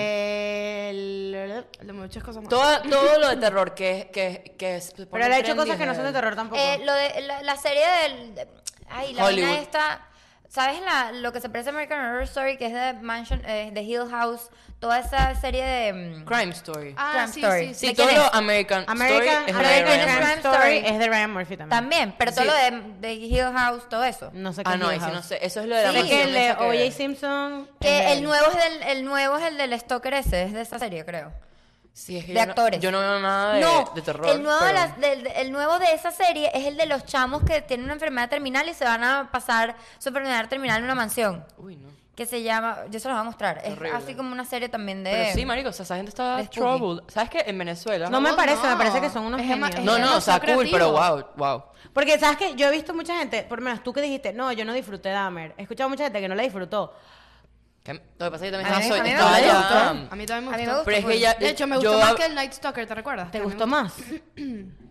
[SPEAKER 1] de... el-
[SPEAKER 2] El de muchas cosas más.
[SPEAKER 4] Toda- todo lo de terror que es... Que, que es- se
[SPEAKER 1] Pero
[SPEAKER 4] pone
[SPEAKER 1] él ha hecho
[SPEAKER 4] trendy
[SPEAKER 1] cosas que no
[SPEAKER 4] es
[SPEAKER 1] son de
[SPEAKER 4] él.
[SPEAKER 1] terror tampoco.
[SPEAKER 5] Eh, lo de la, la serie del. de- ay, la
[SPEAKER 4] Hollywood.
[SPEAKER 5] vaina esta. ¿Sabes la, lo que se parece a American Horror Story? Que es de Mansion, eh, de Hill House. Toda esa serie de. mm,
[SPEAKER 4] Crime Story.
[SPEAKER 2] ah,
[SPEAKER 5] Crime
[SPEAKER 2] sí,
[SPEAKER 5] Story.
[SPEAKER 2] sí, sí.
[SPEAKER 4] sí,
[SPEAKER 5] ¿de
[SPEAKER 4] todo
[SPEAKER 5] quién
[SPEAKER 4] lo
[SPEAKER 5] es?
[SPEAKER 4] American,
[SPEAKER 1] American,
[SPEAKER 4] Story es de
[SPEAKER 1] American
[SPEAKER 4] Ryan
[SPEAKER 1] Crime
[SPEAKER 4] Murphy.
[SPEAKER 1] Story es de Ryan Murphy también.
[SPEAKER 5] También, pero todo lo de, de Hill House, todo eso.
[SPEAKER 1] No sé qué
[SPEAKER 4] Ah,
[SPEAKER 1] es
[SPEAKER 4] no,
[SPEAKER 1] Hill
[SPEAKER 4] ahí sí no
[SPEAKER 1] House.
[SPEAKER 4] sé. Eso es lo de la
[SPEAKER 1] Sé
[SPEAKER 5] Sí.
[SPEAKER 1] que
[SPEAKER 4] mansión
[SPEAKER 1] el de
[SPEAKER 4] esa que-
[SPEAKER 1] O.J. Simpson... es
[SPEAKER 5] Que
[SPEAKER 1] de
[SPEAKER 5] el
[SPEAKER 1] él.
[SPEAKER 5] nuevo, es del, el nuevo es el del Stalker ese, es de esa serie, creo.
[SPEAKER 4] Sí, es que
[SPEAKER 5] de
[SPEAKER 4] yo no-
[SPEAKER 5] actores.
[SPEAKER 4] yo no veo nada Ah, de,
[SPEAKER 5] no,
[SPEAKER 4] de terror.
[SPEAKER 5] El nuevo, de
[SPEAKER 4] pero-
[SPEAKER 5] las- del- el nuevo de esa serie es el de los chamos que tienen una enfermedad terminal y se van a pasar su enfermedad terminal en una mansión.
[SPEAKER 4] Uy, no.
[SPEAKER 5] Que se llama. Yo se los voy a mostrar. Es
[SPEAKER 4] Horrible.
[SPEAKER 5] así como una serie también de.
[SPEAKER 4] Pero sí, marico, o sea, esa gente está
[SPEAKER 5] de spooky.
[SPEAKER 4] troubled. ¿Sabes qué? En Venezuela...
[SPEAKER 1] No me
[SPEAKER 2] No,
[SPEAKER 1] parece, me
[SPEAKER 2] Oh, no.
[SPEAKER 1] parece que son unos
[SPEAKER 2] Es ema-
[SPEAKER 1] genios.
[SPEAKER 4] No,
[SPEAKER 2] Es
[SPEAKER 4] no, o sea,
[SPEAKER 2] demasiado
[SPEAKER 4] cool, pero wow,
[SPEAKER 2] creativo.
[SPEAKER 4] wow.
[SPEAKER 1] Porque sabes que yo he visto mucha gente, por lo menos tú que dijiste, no, yo no disfruté Dahmer. He escuchado mucha gente que no la disfrutó.
[SPEAKER 4] ¿Qué? Lo que pasa es que también estaba,
[SPEAKER 5] A mí-
[SPEAKER 4] soy-
[SPEAKER 5] a mí me
[SPEAKER 4] estaba
[SPEAKER 5] gustó.
[SPEAKER 4] ya-
[SPEAKER 2] A mí también me
[SPEAKER 5] A mí
[SPEAKER 2] gustó.
[SPEAKER 5] me gustó.
[SPEAKER 4] Pero es que
[SPEAKER 1] pues.
[SPEAKER 4] ya...
[SPEAKER 2] De hecho, me
[SPEAKER 4] yo
[SPEAKER 2] gustó más
[SPEAKER 4] hab-
[SPEAKER 2] que el Night Stalker, ¿te recuerdas?
[SPEAKER 1] ¿Te
[SPEAKER 2] Que a mí me
[SPEAKER 1] gustó más?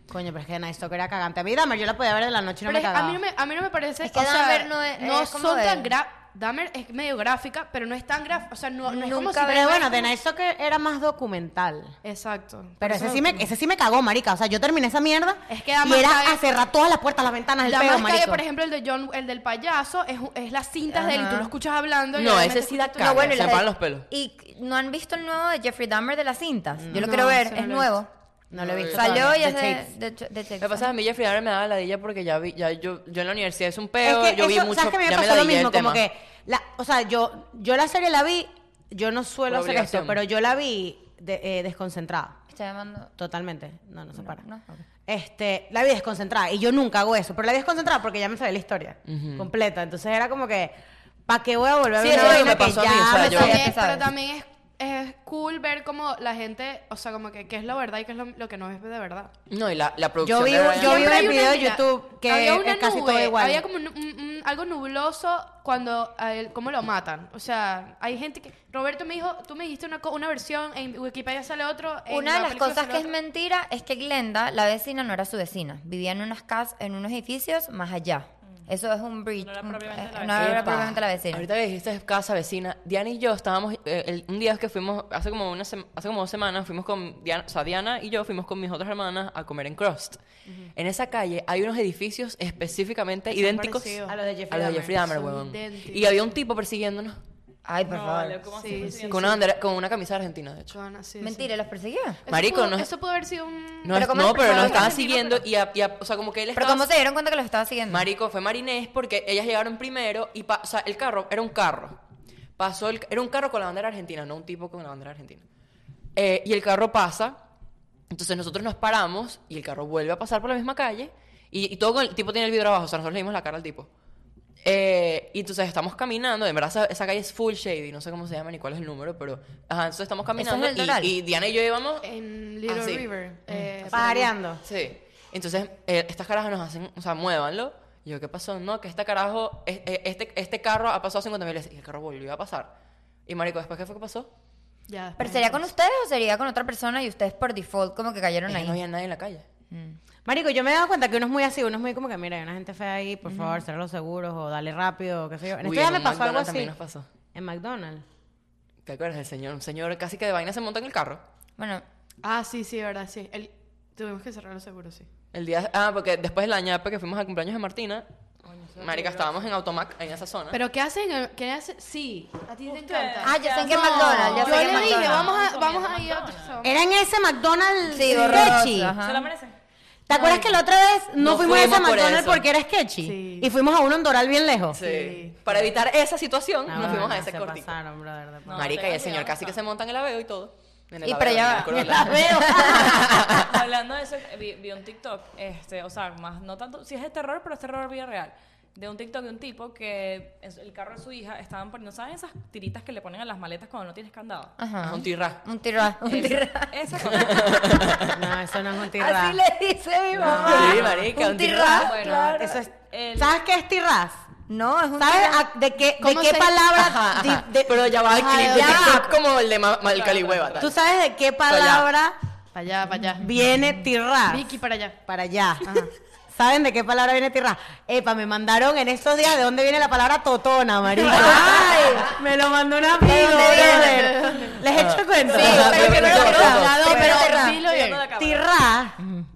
[SPEAKER 1] Coño, pero es que Night Stalker era cagante. A mí Dahmer yo la podía ver de la noche y no me
[SPEAKER 2] Pero es- a,
[SPEAKER 1] cagaba.
[SPEAKER 2] mí no me, a mí no me parece.
[SPEAKER 5] Es que
[SPEAKER 2] o sea,
[SPEAKER 5] Dahmer no es-
[SPEAKER 2] no
[SPEAKER 5] es como
[SPEAKER 2] son
[SPEAKER 5] de-
[SPEAKER 2] tan gra- Dahmer es medio gráfica, pero no es tan gráfica. O sea, no, no es como
[SPEAKER 5] Nunca
[SPEAKER 2] si.
[SPEAKER 5] veo-
[SPEAKER 1] Pero bueno, The Night Stalker era más documental.
[SPEAKER 2] Exacto.
[SPEAKER 1] Pero ese sí, me, ese sí me cagó, marica. O sea, yo terminé esa mierda
[SPEAKER 2] Es que
[SPEAKER 1] y
[SPEAKER 2] Dahmer
[SPEAKER 1] era
[SPEAKER 2] cae-
[SPEAKER 1] a cerrar todas las puertas, las ventanas, el
[SPEAKER 2] La
[SPEAKER 1] peo,
[SPEAKER 2] más calle,
[SPEAKER 1] marico.
[SPEAKER 2] por ejemplo, el de John, el del payaso, es, es las cintas de él y tú
[SPEAKER 5] Ajá.
[SPEAKER 2] lo escuchas hablando. y
[SPEAKER 4] No,
[SPEAKER 2] obviamente
[SPEAKER 4] ese sí da
[SPEAKER 2] escuchas tú-
[SPEAKER 4] caga.
[SPEAKER 5] y
[SPEAKER 4] se
[SPEAKER 5] la
[SPEAKER 4] me paran
[SPEAKER 5] de-
[SPEAKER 4] los pelos.
[SPEAKER 5] ¿Y no han visto el nuevo de Jeffrey Dahmer de las cintas? Yo lo
[SPEAKER 2] Mm. No,
[SPEAKER 5] quiero ver,
[SPEAKER 2] ese no
[SPEAKER 5] es
[SPEAKER 2] lo he
[SPEAKER 5] nuevo.
[SPEAKER 1] No lo he visto.
[SPEAKER 5] Salió y
[SPEAKER 1] todavía.
[SPEAKER 5] es
[SPEAKER 1] The
[SPEAKER 5] de,
[SPEAKER 1] Tapes.
[SPEAKER 5] de,
[SPEAKER 4] Lo
[SPEAKER 5] de,
[SPEAKER 4] que pasa es que a mí Jeffrey Dahmer me daba la dilla porque ya vi, ya yo, yo en la universidad es un
[SPEAKER 1] Es
[SPEAKER 4] peo,
[SPEAKER 1] que
[SPEAKER 4] yo vi
[SPEAKER 1] eso,
[SPEAKER 4] mucho,
[SPEAKER 1] ¿sabes que me
[SPEAKER 4] ya
[SPEAKER 1] pasó
[SPEAKER 4] la
[SPEAKER 1] lo
[SPEAKER 4] dillé del
[SPEAKER 1] mismo? Como
[SPEAKER 4] tema.
[SPEAKER 1] que, la, o sea, yo, yo la serie la vi, yo no suelo
[SPEAKER 4] Por
[SPEAKER 1] hacer esto,
[SPEAKER 4] obligación.
[SPEAKER 1] pero yo la vi de- eh, desconcentrada.
[SPEAKER 5] Está llamando.
[SPEAKER 1] Totalmente. No, no se para.
[SPEAKER 5] no, ok.
[SPEAKER 1] Este, la vi desconcentrada. Y yo nunca hago eso. Pero la vi desconcentrada porque ya me sabía la historia completa. Entonces era como que, ¿para qué voy a volver a
[SPEAKER 4] Sí,
[SPEAKER 1] ver
[SPEAKER 4] eso
[SPEAKER 1] una
[SPEAKER 4] es lo que
[SPEAKER 1] vaina
[SPEAKER 4] me
[SPEAKER 1] que
[SPEAKER 4] pasó a mí, o sea,
[SPEAKER 1] ya
[SPEAKER 5] yo-
[SPEAKER 1] me sabía?
[SPEAKER 2] También-
[SPEAKER 5] ya tú
[SPEAKER 2] pero
[SPEAKER 5] sabes.
[SPEAKER 2] también es, es cool ver cómo la gente, o sea, como que qué es la verdad y qué es lo, lo que no es de verdad.
[SPEAKER 4] No, y la, la
[SPEAKER 1] Yo
[SPEAKER 4] producción
[SPEAKER 1] vi,
[SPEAKER 4] de Ryan
[SPEAKER 1] yo vi
[SPEAKER 2] Siempre
[SPEAKER 1] un
[SPEAKER 2] hay una-
[SPEAKER 1] video de
[SPEAKER 2] mira,
[SPEAKER 1] YouTube que
[SPEAKER 2] había una
[SPEAKER 1] es casi
[SPEAKER 2] nube,
[SPEAKER 1] todo igual.
[SPEAKER 2] Había como un- un- un- algo nubloso cuando a él- cómo lo matan. O sea, hay gente que Roberto me dijo, tú me dijiste una, co- una versión en Wikipedia sale otro. en
[SPEAKER 5] Una
[SPEAKER 2] la
[SPEAKER 5] de las
[SPEAKER 2] película
[SPEAKER 5] cosas
[SPEAKER 2] sale
[SPEAKER 5] que es
[SPEAKER 2] otro.
[SPEAKER 5] mentira es que Glenda, la vecina, no era su vecina. Vivía en unas casas, en unos edificios más allá. Eso es un breach.
[SPEAKER 3] No era
[SPEAKER 5] un-
[SPEAKER 3] propiamente la
[SPEAKER 5] eh, no era
[SPEAKER 4] Epa.
[SPEAKER 5] propiamente la vecina.
[SPEAKER 4] Ahorita que dijiste casa vecina, Diana y yo estábamos, eh, el- un día que fuimos, hace como, una sema- hace como dos semanas, fuimos con Diana, o sea, Diana y yo fuimos con mis otras hermanas a comer en Crust. En esa calle hay unos edificios específicamente idénticos
[SPEAKER 2] parecidos.
[SPEAKER 1] A los de Jeffrey
[SPEAKER 4] a los de
[SPEAKER 1] Dahmer.
[SPEAKER 4] Jeffrey Dahmer,
[SPEAKER 2] Son
[SPEAKER 4] huevón.
[SPEAKER 2] idénticos.
[SPEAKER 4] Y había un tipo persiguiéndonos
[SPEAKER 5] Ay, por
[SPEAKER 3] No,
[SPEAKER 5] favor.
[SPEAKER 3] vale, ¿cómo así?
[SPEAKER 2] Sí,
[SPEAKER 3] Pues
[SPEAKER 2] sí,
[SPEAKER 3] sí.
[SPEAKER 4] con, una bandera- con una camisa argentina, de hecho.
[SPEAKER 2] Chona, sí, sí.
[SPEAKER 5] Mentira, los perseguía.
[SPEAKER 2] Eso
[SPEAKER 4] Marico,
[SPEAKER 2] pudo-
[SPEAKER 4] no es-
[SPEAKER 2] Eso pudo haber sido un
[SPEAKER 4] No,
[SPEAKER 5] Pero
[SPEAKER 4] es-
[SPEAKER 5] ¿cómo
[SPEAKER 4] no,
[SPEAKER 5] el
[SPEAKER 4] pero nos
[SPEAKER 5] personaje
[SPEAKER 4] estaban
[SPEAKER 2] argentino,
[SPEAKER 4] siguiendo
[SPEAKER 2] pero-
[SPEAKER 4] y, a- y a- o sea, como que él
[SPEAKER 5] Pero
[SPEAKER 4] estaba...
[SPEAKER 5] ¿cómo se dieron cuenta que los estaba siguiendo?
[SPEAKER 4] Marico, fue Marinés porque ellas llegaron primero y, pa- o sea, el carro era un carro. Pasó el, era un carro con la bandera argentina, no un tipo con la bandera argentina. Eh, y el carro pasa, entonces nosotros nos paramos y el carro vuelve a pasar por la misma calle y, y todo con el tipo tiene el vidrio abajo, o sea, nosotros le dimos la cara al tipo. Eh, y entonces estamos caminando, en verdad esa, esa calle es full shady, no sé cómo se llama ni cuál es el número, pero ajá, entonces estamos caminando
[SPEAKER 5] el
[SPEAKER 4] y-
[SPEAKER 5] Doral?
[SPEAKER 4] y, Diana y yo íbamos
[SPEAKER 2] en Little
[SPEAKER 4] Ah, sí.
[SPEAKER 2] River. eh,
[SPEAKER 1] Pareando.
[SPEAKER 4] Sí. Entonces, eh, estas carajas nos hacen, o sea, muévanlo. Y yo, ¿qué pasó? No, que este carajo, es- eh, este, este carro ha pasado 50 mil veces. Y el carro volvió a pasar. Y marico, ¿después qué fue que pasó?
[SPEAKER 2] ya,
[SPEAKER 5] ¿Pero
[SPEAKER 2] después
[SPEAKER 5] sería con
[SPEAKER 2] entonces.
[SPEAKER 5] ustedes o sería con otra persona y ustedes por default como que cayeron
[SPEAKER 4] Es que
[SPEAKER 5] ahí?
[SPEAKER 4] no había nadie en la calle.
[SPEAKER 1] Marico, yo me he dado cuenta que uno es muy así, uno es muy como que, mira, hay una gente fea ahí, por favor, cerra los seguros o dale rápido, o qué sé yo. En
[SPEAKER 4] Uy,
[SPEAKER 1] esto ya
[SPEAKER 4] en
[SPEAKER 1] este me
[SPEAKER 4] un
[SPEAKER 1] pasó algo
[SPEAKER 4] McDonald's
[SPEAKER 1] así.
[SPEAKER 4] también nos pasó.
[SPEAKER 1] En McDonald's.
[SPEAKER 4] ¿Te acuerdas del señor? Un señor casi que de vaina se monta en el carro.
[SPEAKER 5] Bueno,
[SPEAKER 2] Ah, sí, sí, verdad, sí. El- Tuvimos que cerrar los seguros, sí.
[SPEAKER 4] El día, ah, porque después de la ñapa que fuimos al cumpleaños de Martina, marica, estábamos en Automac, en esa zona.
[SPEAKER 2] ¿Pero qué hacen? en- ¿Qué hacen? Sí. A ti te encanta.
[SPEAKER 5] ah, ya sé en qué
[SPEAKER 2] No,
[SPEAKER 5] McDonald's, ya sé
[SPEAKER 2] Yo
[SPEAKER 5] en
[SPEAKER 2] le
[SPEAKER 5] qué
[SPEAKER 2] dije,
[SPEAKER 5] McDonald's.
[SPEAKER 2] vamos a,
[SPEAKER 3] Comiendo
[SPEAKER 2] vamos a ir a otro
[SPEAKER 3] McDonald's.
[SPEAKER 2] sabor.
[SPEAKER 1] Era en ese McDonald's
[SPEAKER 5] Sí, horroroso,
[SPEAKER 1] sketchy.
[SPEAKER 5] ajá.
[SPEAKER 3] ¿Se la merecen?
[SPEAKER 1] ¿Te acuerdas que la otra vez no,
[SPEAKER 4] No
[SPEAKER 1] fuimos a ese
[SPEAKER 4] fuimos por
[SPEAKER 1] McDonald's
[SPEAKER 4] eso.
[SPEAKER 1] porque era sketchy?
[SPEAKER 2] Sí.
[SPEAKER 1] Y fuimos a uno en Doral bien lejos.
[SPEAKER 4] sí. Para evitar esa situación, nos fuimos a ese
[SPEAKER 1] Ah, se
[SPEAKER 4] cortico.
[SPEAKER 1] pasaron, brother, de pana.
[SPEAKER 3] No,
[SPEAKER 4] marica, y
[SPEAKER 3] tengan
[SPEAKER 4] el señor
[SPEAKER 3] cuidado,
[SPEAKER 4] casi
[SPEAKER 3] no.
[SPEAKER 4] que se monta en el aveo y todo. Nena,
[SPEAKER 5] Y
[SPEAKER 4] la
[SPEAKER 5] pero
[SPEAKER 4] veo,
[SPEAKER 5] ya
[SPEAKER 4] no me acuerdo
[SPEAKER 5] va.
[SPEAKER 4] de la-
[SPEAKER 3] Hablando de eso, vi, vi un TikTok, este, o sea, más no tanto, si es de terror, pero es terror vida real. De un TikTok de un tipo que en su- el carro de su hija estaban poniendo, ¿saben esas tiritas que le ponen a las maletas cuando no tienes candado?
[SPEAKER 5] Ajá.
[SPEAKER 4] Ah, Un tirra.
[SPEAKER 5] Un tirra, un tirra.
[SPEAKER 3] Esa
[SPEAKER 1] No, eso no es un tirraz.
[SPEAKER 5] Así le dice mi mamá.
[SPEAKER 4] Sí, marica, un tirra.
[SPEAKER 5] tirra.
[SPEAKER 3] Bueno,
[SPEAKER 5] claro.
[SPEAKER 1] Eso es-
[SPEAKER 3] El-
[SPEAKER 1] ¿Sabes qué es tirraz?
[SPEAKER 5] No, es un
[SPEAKER 1] ¿Sabes
[SPEAKER 5] tirra.
[SPEAKER 1] a- de qué, de
[SPEAKER 2] ¿Cómo
[SPEAKER 1] qué
[SPEAKER 2] se-
[SPEAKER 1] palabra?
[SPEAKER 4] Ajá,
[SPEAKER 1] di-
[SPEAKER 4] ajá.
[SPEAKER 1] de-
[SPEAKER 4] Pero ya va el
[SPEAKER 1] Ajá,
[SPEAKER 4] clip
[SPEAKER 1] ya
[SPEAKER 4] de
[SPEAKER 1] va.
[SPEAKER 4] TikTok como el de ma- mal calihueva.
[SPEAKER 1] ¿Tú sabes de qué palabra
[SPEAKER 2] Para allá, para allá.
[SPEAKER 1] viene tirraz?
[SPEAKER 2] Vicky, para allá.
[SPEAKER 1] Para allá. ¿Saben de qué palabra viene tirraz? Epa, me mandaron en estos días de dónde viene la palabra totona, marica. Ay, me lo mandó un amigo,
[SPEAKER 5] ¿De dónde viene?
[SPEAKER 1] brother. Les he hecho cuento.
[SPEAKER 5] Sí, Ah. pero
[SPEAKER 4] Primero
[SPEAKER 5] primero
[SPEAKER 4] tirra.
[SPEAKER 5] tirra.
[SPEAKER 4] No,
[SPEAKER 5] Primero
[SPEAKER 2] pero
[SPEAKER 5] tirra.
[SPEAKER 2] sí lo-
[SPEAKER 1] Tirraz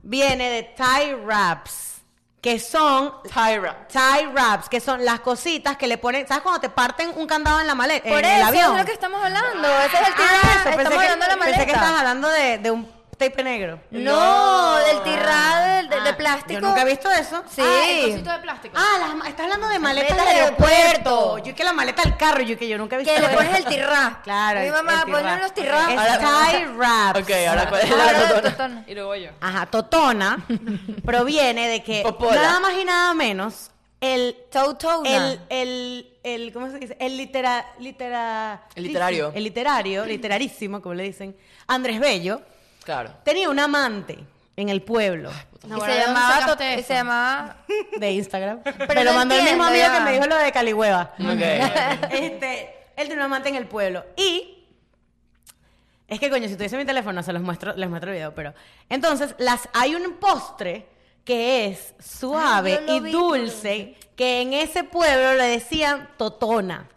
[SPEAKER 1] viene de tie wraps, que son
[SPEAKER 4] Tyra.
[SPEAKER 1] tie wraps, que son las cositas que le ponen, ¿sabes cuando te parten un candado en la maleta,
[SPEAKER 5] Por
[SPEAKER 1] en
[SPEAKER 5] eso
[SPEAKER 1] el avión?
[SPEAKER 5] es lo que estamos hablando. Ese es el tirra.
[SPEAKER 1] Ah, eso,
[SPEAKER 5] estamos
[SPEAKER 1] pensé que,
[SPEAKER 5] hablando de la maleta.
[SPEAKER 1] pensé que estabas hablando de, de un tape negro.
[SPEAKER 5] No, del tirra del- de,
[SPEAKER 1] Ah,
[SPEAKER 5] de plástico.
[SPEAKER 1] Yo nunca he visto eso.
[SPEAKER 5] Sí.
[SPEAKER 2] Ah, el cosito de plástico.
[SPEAKER 1] Ah, las ma- estás hablando de maletas
[SPEAKER 5] maletas
[SPEAKER 1] de
[SPEAKER 5] de
[SPEAKER 1] aeropuerto.
[SPEAKER 5] aeropuerto.
[SPEAKER 1] Yo que la maleta del carro, yo que yo nunca he visto
[SPEAKER 5] que le
[SPEAKER 1] eso.
[SPEAKER 5] pones el tirra.
[SPEAKER 1] Claro.
[SPEAKER 5] Mi
[SPEAKER 1] el-
[SPEAKER 5] mamá,
[SPEAKER 1] el tirra.
[SPEAKER 5] ponle unos tirra.
[SPEAKER 1] Es
[SPEAKER 5] Ahora-
[SPEAKER 1] tie wraps.
[SPEAKER 4] Ok, ahora cuál es la
[SPEAKER 5] Ahora de
[SPEAKER 4] totona?
[SPEAKER 5] totona.
[SPEAKER 3] Y luego yo.
[SPEAKER 1] Ajá, totona proviene de que
[SPEAKER 4] Popola.
[SPEAKER 1] nada más y nada menos el
[SPEAKER 5] Totona.
[SPEAKER 1] el, el, el, ¿cómo se dice? El litera, litera-
[SPEAKER 4] El literario.
[SPEAKER 1] El literario, literarísimo, como le dicen. Andrés Bello
[SPEAKER 4] Claro.
[SPEAKER 1] tenía un amante en el pueblo
[SPEAKER 5] Y
[SPEAKER 2] Ahora,
[SPEAKER 5] se
[SPEAKER 2] ¿de dónde
[SPEAKER 5] llamaba,
[SPEAKER 2] sacaste
[SPEAKER 5] tot- y
[SPEAKER 2] eso?
[SPEAKER 5] se llamaba
[SPEAKER 1] de Instagram. Pero,
[SPEAKER 5] Pero
[SPEAKER 1] lo
[SPEAKER 5] no
[SPEAKER 1] mandó el mismo
[SPEAKER 5] entiendo,
[SPEAKER 1] amigo
[SPEAKER 5] ya.
[SPEAKER 1] que me dijo lo de Calihueva.
[SPEAKER 4] Ok.
[SPEAKER 1] este, él tenía un amante en el pueblo. Y. Es que coño, si tuviese mi teléfono, se los muestro, les muestro el video, pero. Entonces, las, hay un postre que es suave
[SPEAKER 5] Ay, yo lo
[SPEAKER 1] y
[SPEAKER 5] vi,
[SPEAKER 1] dulce, que en ese pueblo le decían totona.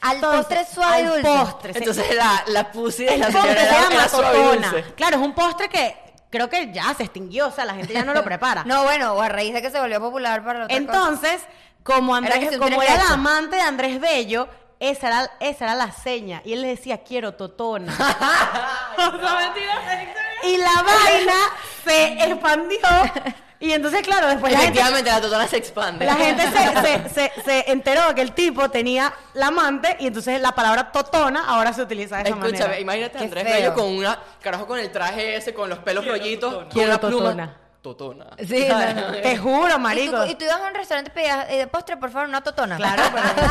[SPEAKER 5] Al postre suave y
[SPEAKER 1] al
[SPEAKER 5] dulce.
[SPEAKER 1] postre. se-
[SPEAKER 4] Entonces la, la pussy de la
[SPEAKER 1] el postre
[SPEAKER 4] señora
[SPEAKER 1] se
[SPEAKER 4] era,
[SPEAKER 1] llama
[SPEAKER 4] era suave y
[SPEAKER 1] totona.
[SPEAKER 4] dulce.
[SPEAKER 1] Claro, es un postre que creo que ya se extinguió, o sea, la gente ya no lo prepara.
[SPEAKER 5] No, bueno, o a raíz de que se volvió popular para otra cosa.
[SPEAKER 1] Entonces, como Andrés,
[SPEAKER 5] Era que si un
[SPEAKER 1] como
[SPEAKER 5] tres
[SPEAKER 1] era la
[SPEAKER 5] leches.
[SPEAKER 1] amante de Andrés Bello, esa era, esa era la seña. Y él le decía, quiero totona. y la vaina se expandió. Y entonces, claro, después Pues la gente,
[SPEAKER 4] Efectivamente, la totona se expande.
[SPEAKER 1] la gente se, se- se- se enteró que el tipo tenía la amante. Y entonces la palabra totona ahora se utiliza de esa
[SPEAKER 4] Escúchame,
[SPEAKER 1] manera.
[SPEAKER 4] imagínate a
[SPEAKER 5] Qué
[SPEAKER 4] Andrés
[SPEAKER 5] feo.
[SPEAKER 4] Bello con una carajo con el traje ese, con los pelos rollitos, con
[SPEAKER 1] Quiero
[SPEAKER 4] una pluma.
[SPEAKER 1] totona.
[SPEAKER 4] Totona.
[SPEAKER 5] Sí, no, no.
[SPEAKER 1] Te juro,
[SPEAKER 5] Y
[SPEAKER 1] marico.
[SPEAKER 5] tú, y tú ibas a un restaurante y pedías eh, de postre, por favor, una totona.
[SPEAKER 1] Claro,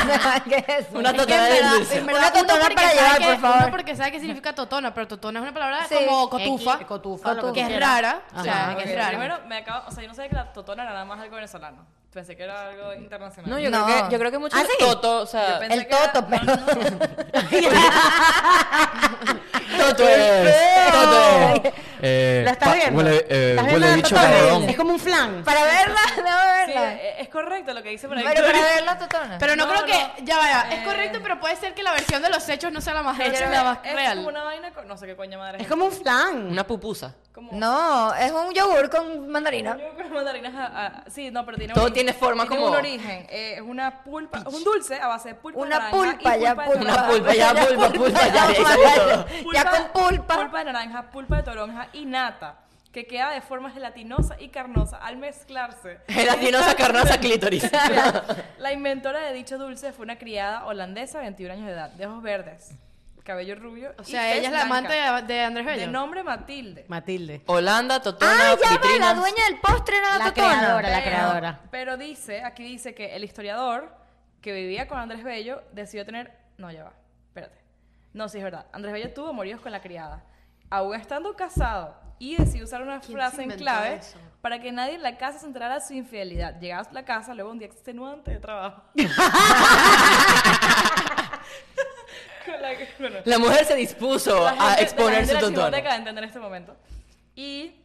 [SPEAKER 5] ¿Qué es eso?
[SPEAKER 4] Una
[SPEAKER 5] Es que en
[SPEAKER 4] totona de
[SPEAKER 5] verdad-
[SPEAKER 4] dulce.
[SPEAKER 5] en
[SPEAKER 2] En
[SPEAKER 5] verdad,
[SPEAKER 2] verdad, uno
[SPEAKER 5] Una totona
[SPEAKER 2] porque
[SPEAKER 5] para
[SPEAKER 2] sabe
[SPEAKER 5] llevar,
[SPEAKER 2] que-
[SPEAKER 5] por favor.
[SPEAKER 2] Uno porque sabe que significa totona, pero totona es una palabra
[SPEAKER 5] Sí.
[SPEAKER 2] como cotufa.
[SPEAKER 1] X, cotufa, lo que
[SPEAKER 2] que es
[SPEAKER 1] quieras.
[SPEAKER 2] rara. O
[SPEAKER 5] Ah,
[SPEAKER 2] sea,
[SPEAKER 1] Ajá,
[SPEAKER 2] que
[SPEAKER 3] Ok,
[SPEAKER 2] es rara.
[SPEAKER 3] Primero, me acabo, o sea, yo no sabía que la totona era nada más algo venezolano. Pensé que era algo internacional.
[SPEAKER 4] No, yo,
[SPEAKER 5] No.
[SPEAKER 4] Creo que, yo creo que muchos
[SPEAKER 1] ¿Ah, sí?
[SPEAKER 4] toto, o sea,
[SPEAKER 3] Yo
[SPEAKER 4] el
[SPEAKER 3] pensé
[SPEAKER 5] El
[SPEAKER 3] que era-
[SPEAKER 5] toto,
[SPEAKER 3] no,
[SPEAKER 5] pero-
[SPEAKER 3] no, no.
[SPEAKER 4] toto es, toto es.
[SPEAKER 6] Eh,
[SPEAKER 1] ¿Lo estás
[SPEAKER 6] pa-
[SPEAKER 1] viendo?
[SPEAKER 6] Huele, eh,
[SPEAKER 1] ¿Estás
[SPEAKER 6] huele
[SPEAKER 1] viendo la
[SPEAKER 6] bicho
[SPEAKER 1] totona?
[SPEAKER 6] cabrón.
[SPEAKER 1] Es como un flan.
[SPEAKER 5] Para verla, déjame
[SPEAKER 3] Sí,
[SPEAKER 5] verla.
[SPEAKER 3] eh, es correcto lo que dice por ahí.
[SPEAKER 5] Pero para
[SPEAKER 3] Victoria.
[SPEAKER 5] ver la totona.
[SPEAKER 2] Pero no,
[SPEAKER 3] No,
[SPEAKER 2] creo que. Ya vaya,
[SPEAKER 3] Eh.
[SPEAKER 2] es correcto, pero puede ser que la versión de los hechos no sea la más
[SPEAKER 3] Pero
[SPEAKER 2] hecha,
[SPEAKER 3] es-
[SPEAKER 2] la más
[SPEAKER 3] es
[SPEAKER 2] real.
[SPEAKER 3] como una vaina con- no sé qué coño madre.
[SPEAKER 1] Es como un flan.
[SPEAKER 4] Una pupusa.
[SPEAKER 3] como
[SPEAKER 5] No, es un yogur con mandarina.
[SPEAKER 3] Yo creo que mandarinas a- a- sí, no, pero tiene
[SPEAKER 4] Todo
[SPEAKER 3] ori-
[SPEAKER 4] tiene forma como-
[SPEAKER 3] un origen, eh, es una pulpa, es un dulce a base de pulpa de
[SPEAKER 5] Una
[SPEAKER 3] naranja
[SPEAKER 5] pulpa,
[SPEAKER 3] y
[SPEAKER 5] ya
[SPEAKER 3] de
[SPEAKER 5] pulpa.
[SPEAKER 4] Una
[SPEAKER 3] toronja.
[SPEAKER 4] pulpa, ya pulpa, pulpa, ya, ya, ya, ya, todo.
[SPEAKER 5] Ya con pulpa.
[SPEAKER 3] Pulpa de naranja, pulpa de toronja y nata, que queda de forma gelatinosa y carnosa al mezclarse.
[SPEAKER 4] Gelatinosa, carnosa, clítoris.
[SPEAKER 3] La inventora de dicho dulce fue una criada holandesa de 21 años de edad, de ojos verdes, cabello rubio
[SPEAKER 2] O
[SPEAKER 3] y
[SPEAKER 2] sea,
[SPEAKER 3] tez
[SPEAKER 2] ella es la amante
[SPEAKER 3] blanca,
[SPEAKER 2] de, de Andrés
[SPEAKER 3] de
[SPEAKER 2] Bello.
[SPEAKER 3] nombre Matilde.
[SPEAKER 1] Matilde.
[SPEAKER 4] Holanda, totona,
[SPEAKER 5] Ah, ya va,
[SPEAKER 4] vitrina.
[SPEAKER 5] la dueña del postre era la,
[SPEAKER 1] La
[SPEAKER 5] totona.
[SPEAKER 1] creadora, la
[SPEAKER 3] Pero-
[SPEAKER 1] creadora.
[SPEAKER 3] Pero dice, aquí dice que el historiador que vivía con Andrés Bello decidió tener. No, ya va. Espérate. No, sí es verdad. Andrés Bello tuvo moríos con la criada. Aún estando casado y decidió usar una
[SPEAKER 2] ¿Quién
[SPEAKER 3] frase
[SPEAKER 2] se
[SPEAKER 3] en
[SPEAKER 2] inventó
[SPEAKER 3] clave
[SPEAKER 2] eso?
[SPEAKER 3] para que nadie en la casa se enterara de su infidelidad. Llegabas a la casa, luego un día extenuante de trabajo. Con la que- bueno,
[SPEAKER 4] La mujer se dispuso
[SPEAKER 3] la
[SPEAKER 4] a
[SPEAKER 3] gente-
[SPEAKER 4] exponer
[SPEAKER 3] de la gente de
[SPEAKER 4] su
[SPEAKER 3] La
[SPEAKER 4] totona.
[SPEAKER 3] chismoteca va a entender este momento. Y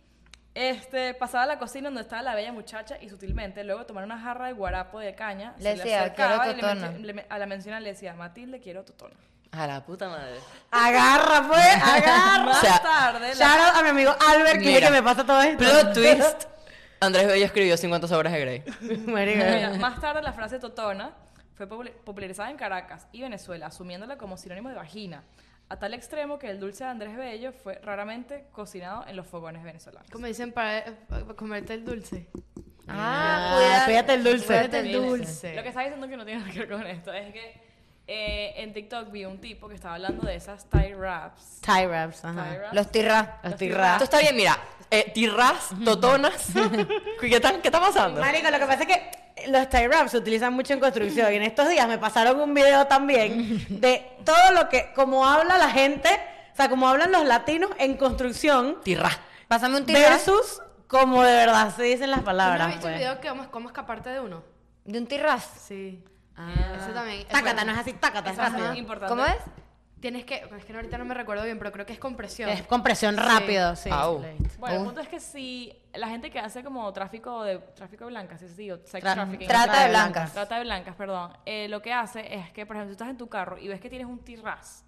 [SPEAKER 3] este, pasaba a la cocina donde estaba la bella muchacha y sutilmente, luego tomar una jarra de guarapo de caña.
[SPEAKER 5] Le
[SPEAKER 3] se
[SPEAKER 5] decía,
[SPEAKER 3] acercaba
[SPEAKER 5] "Quiero
[SPEAKER 3] y le
[SPEAKER 5] totona".
[SPEAKER 3] mencio- le men- a la menciona le decía, Matilde, quiero totona.
[SPEAKER 4] A la puta madre.
[SPEAKER 1] Agarra, pues, agarra.
[SPEAKER 3] Más
[SPEAKER 4] O sea,
[SPEAKER 3] tarde, la-
[SPEAKER 1] Shout out a mi amigo Albert, que es el
[SPEAKER 4] Mira.
[SPEAKER 1] que me pasa todo esto.
[SPEAKER 4] Plot twist. Andrés Bello escribió 50 obras de Grey.
[SPEAKER 1] Marica.
[SPEAKER 3] mira, más tarde la frase totona fue popul- popularizada en Caracas y Venezuela, asumiéndola como sinónimo de vagina. A tal extremo que el dulce de Andrés Bello fue raramente cocinado en los fogones venezolanos.
[SPEAKER 2] Como dicen, para, eh, para comerte el dulce.
[SPEAKER 5] Ah,
[SPEAKER 1] Ah,
[SPEAKER 5] cuidado.
[SPEAKER 1] cuídate el dulce.
[SPEAKER 2] Cuídate el
[SPEAKER 3] Horrible.
[SPEAKER 2] dulce.
[SPEAKER 3] Lo que está diciendo que no tiene nada que ver con esto es que eh, en TikTok vi un tipo que estaba hablando de esas tie wraps.
[SPEAKER 1] Tie wraps,
[SPEAKER 3] Tie
[SPEAKER 1] ajá.
[SPEAKER 3] wraps.
[SPEAKER 5] Los tirra.
[SPEAKER 1] Los
[SPEAKER 4] Esto
[SPEAKER 1] tirras.
[SPEAKER 4] está bien, mira. Eh, tirras, totonas. ¿Qué está, qué está pasando?
[SPEAKER 1] Marico, lo que pasa es que los tie wraps se utilizan mucho en construcción y en estos días me pasaron un video también de todo lo que, como habla la gente, o sea, como hablan los latinos en construcción
[SPEAKER 4] Tirras.
[SPEAKER 5] Pásame un tirra.
[SPEAKER 1] versus como de verdad se dicen las
[SPEAKER 2] ¿Tú no
[SPEAKER 1] palabras.
[SPEAKER 2] has visto el
[SPEAKER 1] pues.
[SPEAKER 2] video que vamos, cómo escaparte de uno?
[SPEAKER 5] De un tirraz.
[SPEAKER 2] Sí. Eso también. es
[SPEAKER 1] Ah. Tácata,
[SPEAKER 2] bueno.
[SPEAKER 1] no es así, tácata, es
[SPEAKER 3] Eso es
[SPEAKER 1] rápido.
[SPEAKER 3] importante.
[SPEAKER 5] ¿Cómo es?
[SPEAKER 2] Tienes que. Es que ahorita no me recuerdo bien, pero creo que es compresión.
[SPEAKER 1] Es compresión rápido, sí.
[SPEAKER 4] Au.
[SPEAKER 3] Bueno, el
[SPEAKER 5] Oh.
[SPEAKER 3] punto es que si la gente que hace como tráfico de tráfico de blancas, sí, sí, o sex
[SPEAKER 1] Tra-
[SPEAKER 3] trafficking.
[SPEAKER 5] Trata de
[SPEAKER 1] de blancas.
[SPEAKER 5] blancas.
[SPEAKER 3] Trata de blancas, perdón. Eh, lo que hace es que, por ejemplo, tú estás en tu carro y ves que tienes un tirraz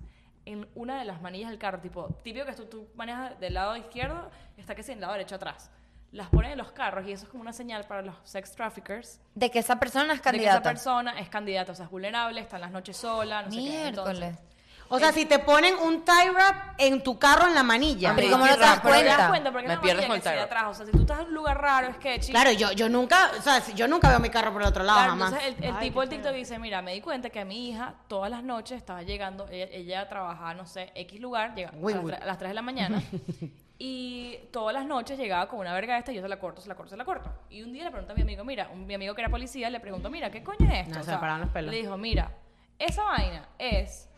[SPEAKER 3] en una de las manillas del carro, tipo, típico que tú, tú manejas del lado izquierdo, está que sí, en el lado derecho atrás. Las ponen en los carros y eso es como una señal para los sex traffickers
[SPEAKER 5] De que esa persona es
[SPEAKER 3] de que esa
[SPEAKER 5] candidata.
[SPEAKER 3] persona es candidata, o sea, es vulnerable, está en las noches sola, no sé qué. Entonces,
[SPEAKER 5] Miércoles.
[SPEAKER 1] O sea, si te ponen un tie wrap en tu carro en la manilla.
[SPEAKER 5] Pero
[SPEAKER 4] Sí,
[SPEAKER 5] ¿cómo no te
[SPEAKER 4] tirras,
[SPEAKER 5] das
[SPEAKER 4] pero
[SPEAKER 3] te das
[SPEAKER 5] cuenta?
[SPEAKER 3] cuenta porque
[SPEAKER 4] Me
[SPEAKER 3] es una
[SPEAKER 4] pierdes
[SPEAKER 3] manilla
[SPEAKER 4] con
[SPEAKER 3] que
[SPEAKER 4] el
[SPEAKER 3] se ve
[SPEAKER 4] tarot.
[SPEAKER 3] atrás, o sea, si tú estás en un lugar raro, sketchy,
[SPEAKER 1] Claro, yo, yo nunca, o sea, yo nunca veo mi carro por el otro lado,
[SPEAKER 3] Claro,
[SPEAKER 1] jamás.
[SPEAKER 3] Entonces el, el tipo del TikTok dice, mira, me di cuenta que a mi hija todas las noches estaba llegando, ella, ella trabajaba, no sé, X lugar, llegaba a las,
[SPEAKER 1] Wynwood.
[SPEAKER 3] tre- a las 3 de la mañana, y todas las noches llegaba con una verga esta, y yo se la corto, se la corto, se la corto. Y un día le pregunto a mi amigo, mira, un- mi amigo que era policía, le pregunto, mira, ¿qué coño es esto?
[SPEAKER 1] No, se me pararon los pelos.
[SPEAKER 3] Le dijo, mira, esa vaina es...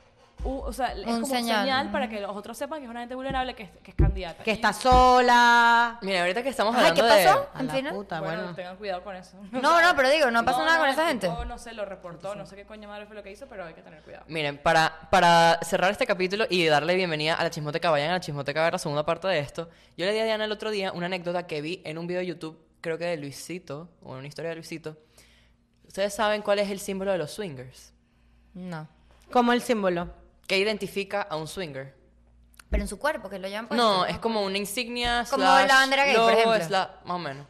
[SPEAKER 3] u- o sea, es
[SPEAKER 5] Un
[SPEAKER 3] como
[SPEAKER 5] señal.
[SPEAKER 3] un señal para que los otros sepan que es una gente vulnerable que es, que es candidata.
[SPEAKER 1] Que
[SPEAKER 3] Y-
[SPEAKER 1] está sola.
[SPEAKER 4] Mira, ahorita que estamos
[SPEAKER 5] Ajá,
[SPEAKER 4] hablando
[SPEAKER 5] ¿qué
[SPEAKER 4] de-
[SPEAKER 5] pasó?
[SPEAKER 1] A
[SPEAKER 5] Al
[SPEAKER 1] la
[SPEAKER 5] final.
[SPEAKER 1] puta,
[SPEAKER 3] bueno,
[SPEAKER 1] bueno.
[SPEAKER 3] tengan cuidado con eso.
[SPEAKER 5] No, no, pero digo, no pasa nada con
[SPEAKER 3] el
[SPEAKER 5] esa gente.
[SPEAKER 3] tipo, no sé, lo reportó, no sé qué coño madre fue lo que hizo, pero hay que tener cuidado.
[SPEAKER 4] Miren, para, para cerrar este capítulo y darle bienvenida a la chismoteca, vayan a la chismoteca a ver la segunda parte de esto. Yo le di a Diana el otro día una anécdota que vi en un video de YouTube, creo que de Luisito, o en una historia de Luisito. Ustedes saben cuál es el símbolo de los swingers,
[SPEAKER 5] No.
[SPEAKER 1] Como el símbolo.
[SPEAKER 4] que identifica a un swinger.
[SPEAKER 5] Pero en su cuerpo, que lo llevan puesto.
[SPEAKER 4] No, es como una insignia.
[SPEAKER 5] Pues Como
[SPEAKER 4] slash
[SPEAKER 5] la bandera gay, por
[SPEAKER 4] logo,
[SPEAKER 5] ejemplo.
[SPEAKER 4] sla- más o menos.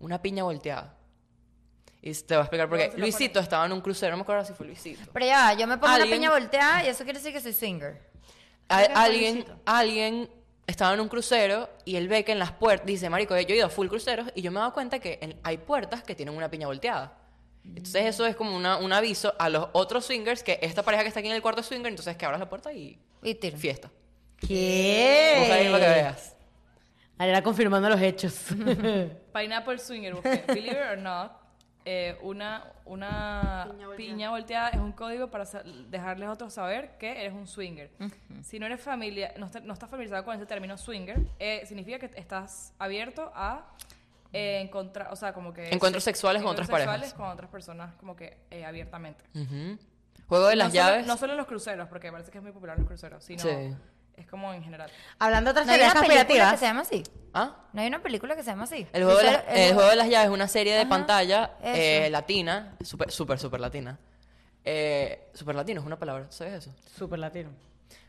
[SPEAKER 4] Una piña volteada. Y te voy a explicar por qué. Luisito estaba en un crucero, no me acuerdo si fue Luisito.
[SPEAKER 5] Pero ya, yo me pongo
[SPEAKER 4] Alguien-
[SPEAKER 5] una piña volteada y eso quiere decir que soy swinger.
[SPEAKER 4] Al- alguien, alguien estaba en un crucero y él ve que en las puertas, dice, marico, yo he ido a full cruceros y yo me he dado cuenta que en- hay puertas que tienen una piña volteada. Entonces eso es como una- un aviso a los otros swingers que esta pareja que está aquí en el cuarto es swinger, entonces que abras la puerta y
[SPEAKER 5] Y tiro.
[SPEAKER 4] fiesta. Busca ahí para que
[SPEAKER 1] ¿Qué?
[SPEAKER 4] veas.
[SPEAKER 1] Ahora confirmando los hechos.
[SPEAKER 3] Pineapple Swinger, busqué. Believe it or not, eh, una, una piña,
[SPEAKER 2] Piña volteada.
[SPEAKER 3] volteada. es un código para sa- dejarles a otros saber que eres un swinger. Si no eres familia, no, está- no estás familiarizado con ese término swinger, eh, significa que estás abierto a eh, encontrar, o sea, como que...
[SPEAKER 4] Encuentros sexuales con otras
[SPEAKER 3] encuentros
[SPEAKER 4] parejas.
[SPEAKER 3] sexuales con otras personas, como que eh, abiertamente.
[SPEAKER 4] Ujú. Juego de las
[SPEAKER 3] no
[SPEAKER 4] llaves.
[SPEAKER 3] Solo, no solo en los cruceros, porque parece que es muy popular en los cruceros, sino
[SPEAKER 4] Sí.
[SPEAKER 3] es como en general.
[SPEAKER 1] Hablando de otras
[SPEAKER 5] ¿No hay
[SPEAKER 1] teorías
[SPEAKER 5] una película que
[SPEAKER 1] conspirativas.
[SPEAKER 5] se llama así?
[SPEAKER 4] ¿Ah?
[SPEAKER 5] ¿No hay una película que se llama así?
[SPEAKER 4] El juego, de las,
[SPEAKER 5] Crucero-
[SPEAKER 4] el juego de las llaves es una serie de
[SPEAKER 5] Ajá,
[SPEAKER 4] pantalla eh,
[SPEAKER 5] eso.
[SPEAKER 4] latina, súper, súper, súper latina. Eh, super latino es una palabra, ¿sabes eso?
[SPEAKER 1] Super latino.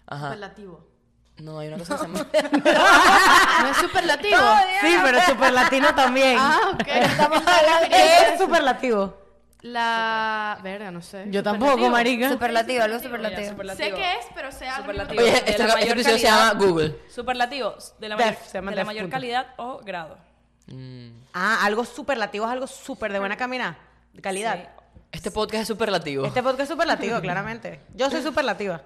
[SPEAKER 4] Ajá.
[SPEAKER 2] Superlativo.
[SPEAKER 4] No, hay una cosa que se llama...
[SPEAKER 2] ¿No es superlativo?
[SPEAKER 1] Sí, pero super latino también.
[SPEAKER 2] ah, ok. Estamos hablando
[SPEAKER 1] ¿Qué es superlativo?
[SPEAKER 2] La. Verga, no sé.
[SPEAKER 1] Yo tampoco, marica.
[SPEAKER 5] Superlativo, algo
[SPEAKER 3] Ya,
[SPEAKER 5] superlativo.
[SPEAKER 3] superlativo.
[SPEAKER 2] Sé qué es, pero sea. algo
[SPEAKER 3] Superlativo.
[SPEAKER 4] Oye,
[SPEAKER 3] De
[SPEAKER 4] este,
[SPEAKER 3] la
[SPEAKER 4] este
[SPEAKER 3] mayor
[SPEAKER 4] episodio se
[SPEAKER 3] calidad.
[SPEAKER 4] llama Google.
[SPEAKER 3] Superlativos, de la
[SPEAKER 1] Def,
[SPEAKER 3] mayor,
[SPEAKER 1] se llama
[SPEAKER 3] de la
[SPEAKER 1] def,
[SPEAKER 3] mayor
[SPEAKER 1] punto.
[SPEAKER 3] calidad o grado.
[SPEAKER 1] Ah, algo superlativo es algo súper de buena caminada. De calidad.
[SPEAKER 4] Este podcast es superlativo.
[SPEAKER 1] Este podcast es superlativo, claramente. Yo soy superlativa.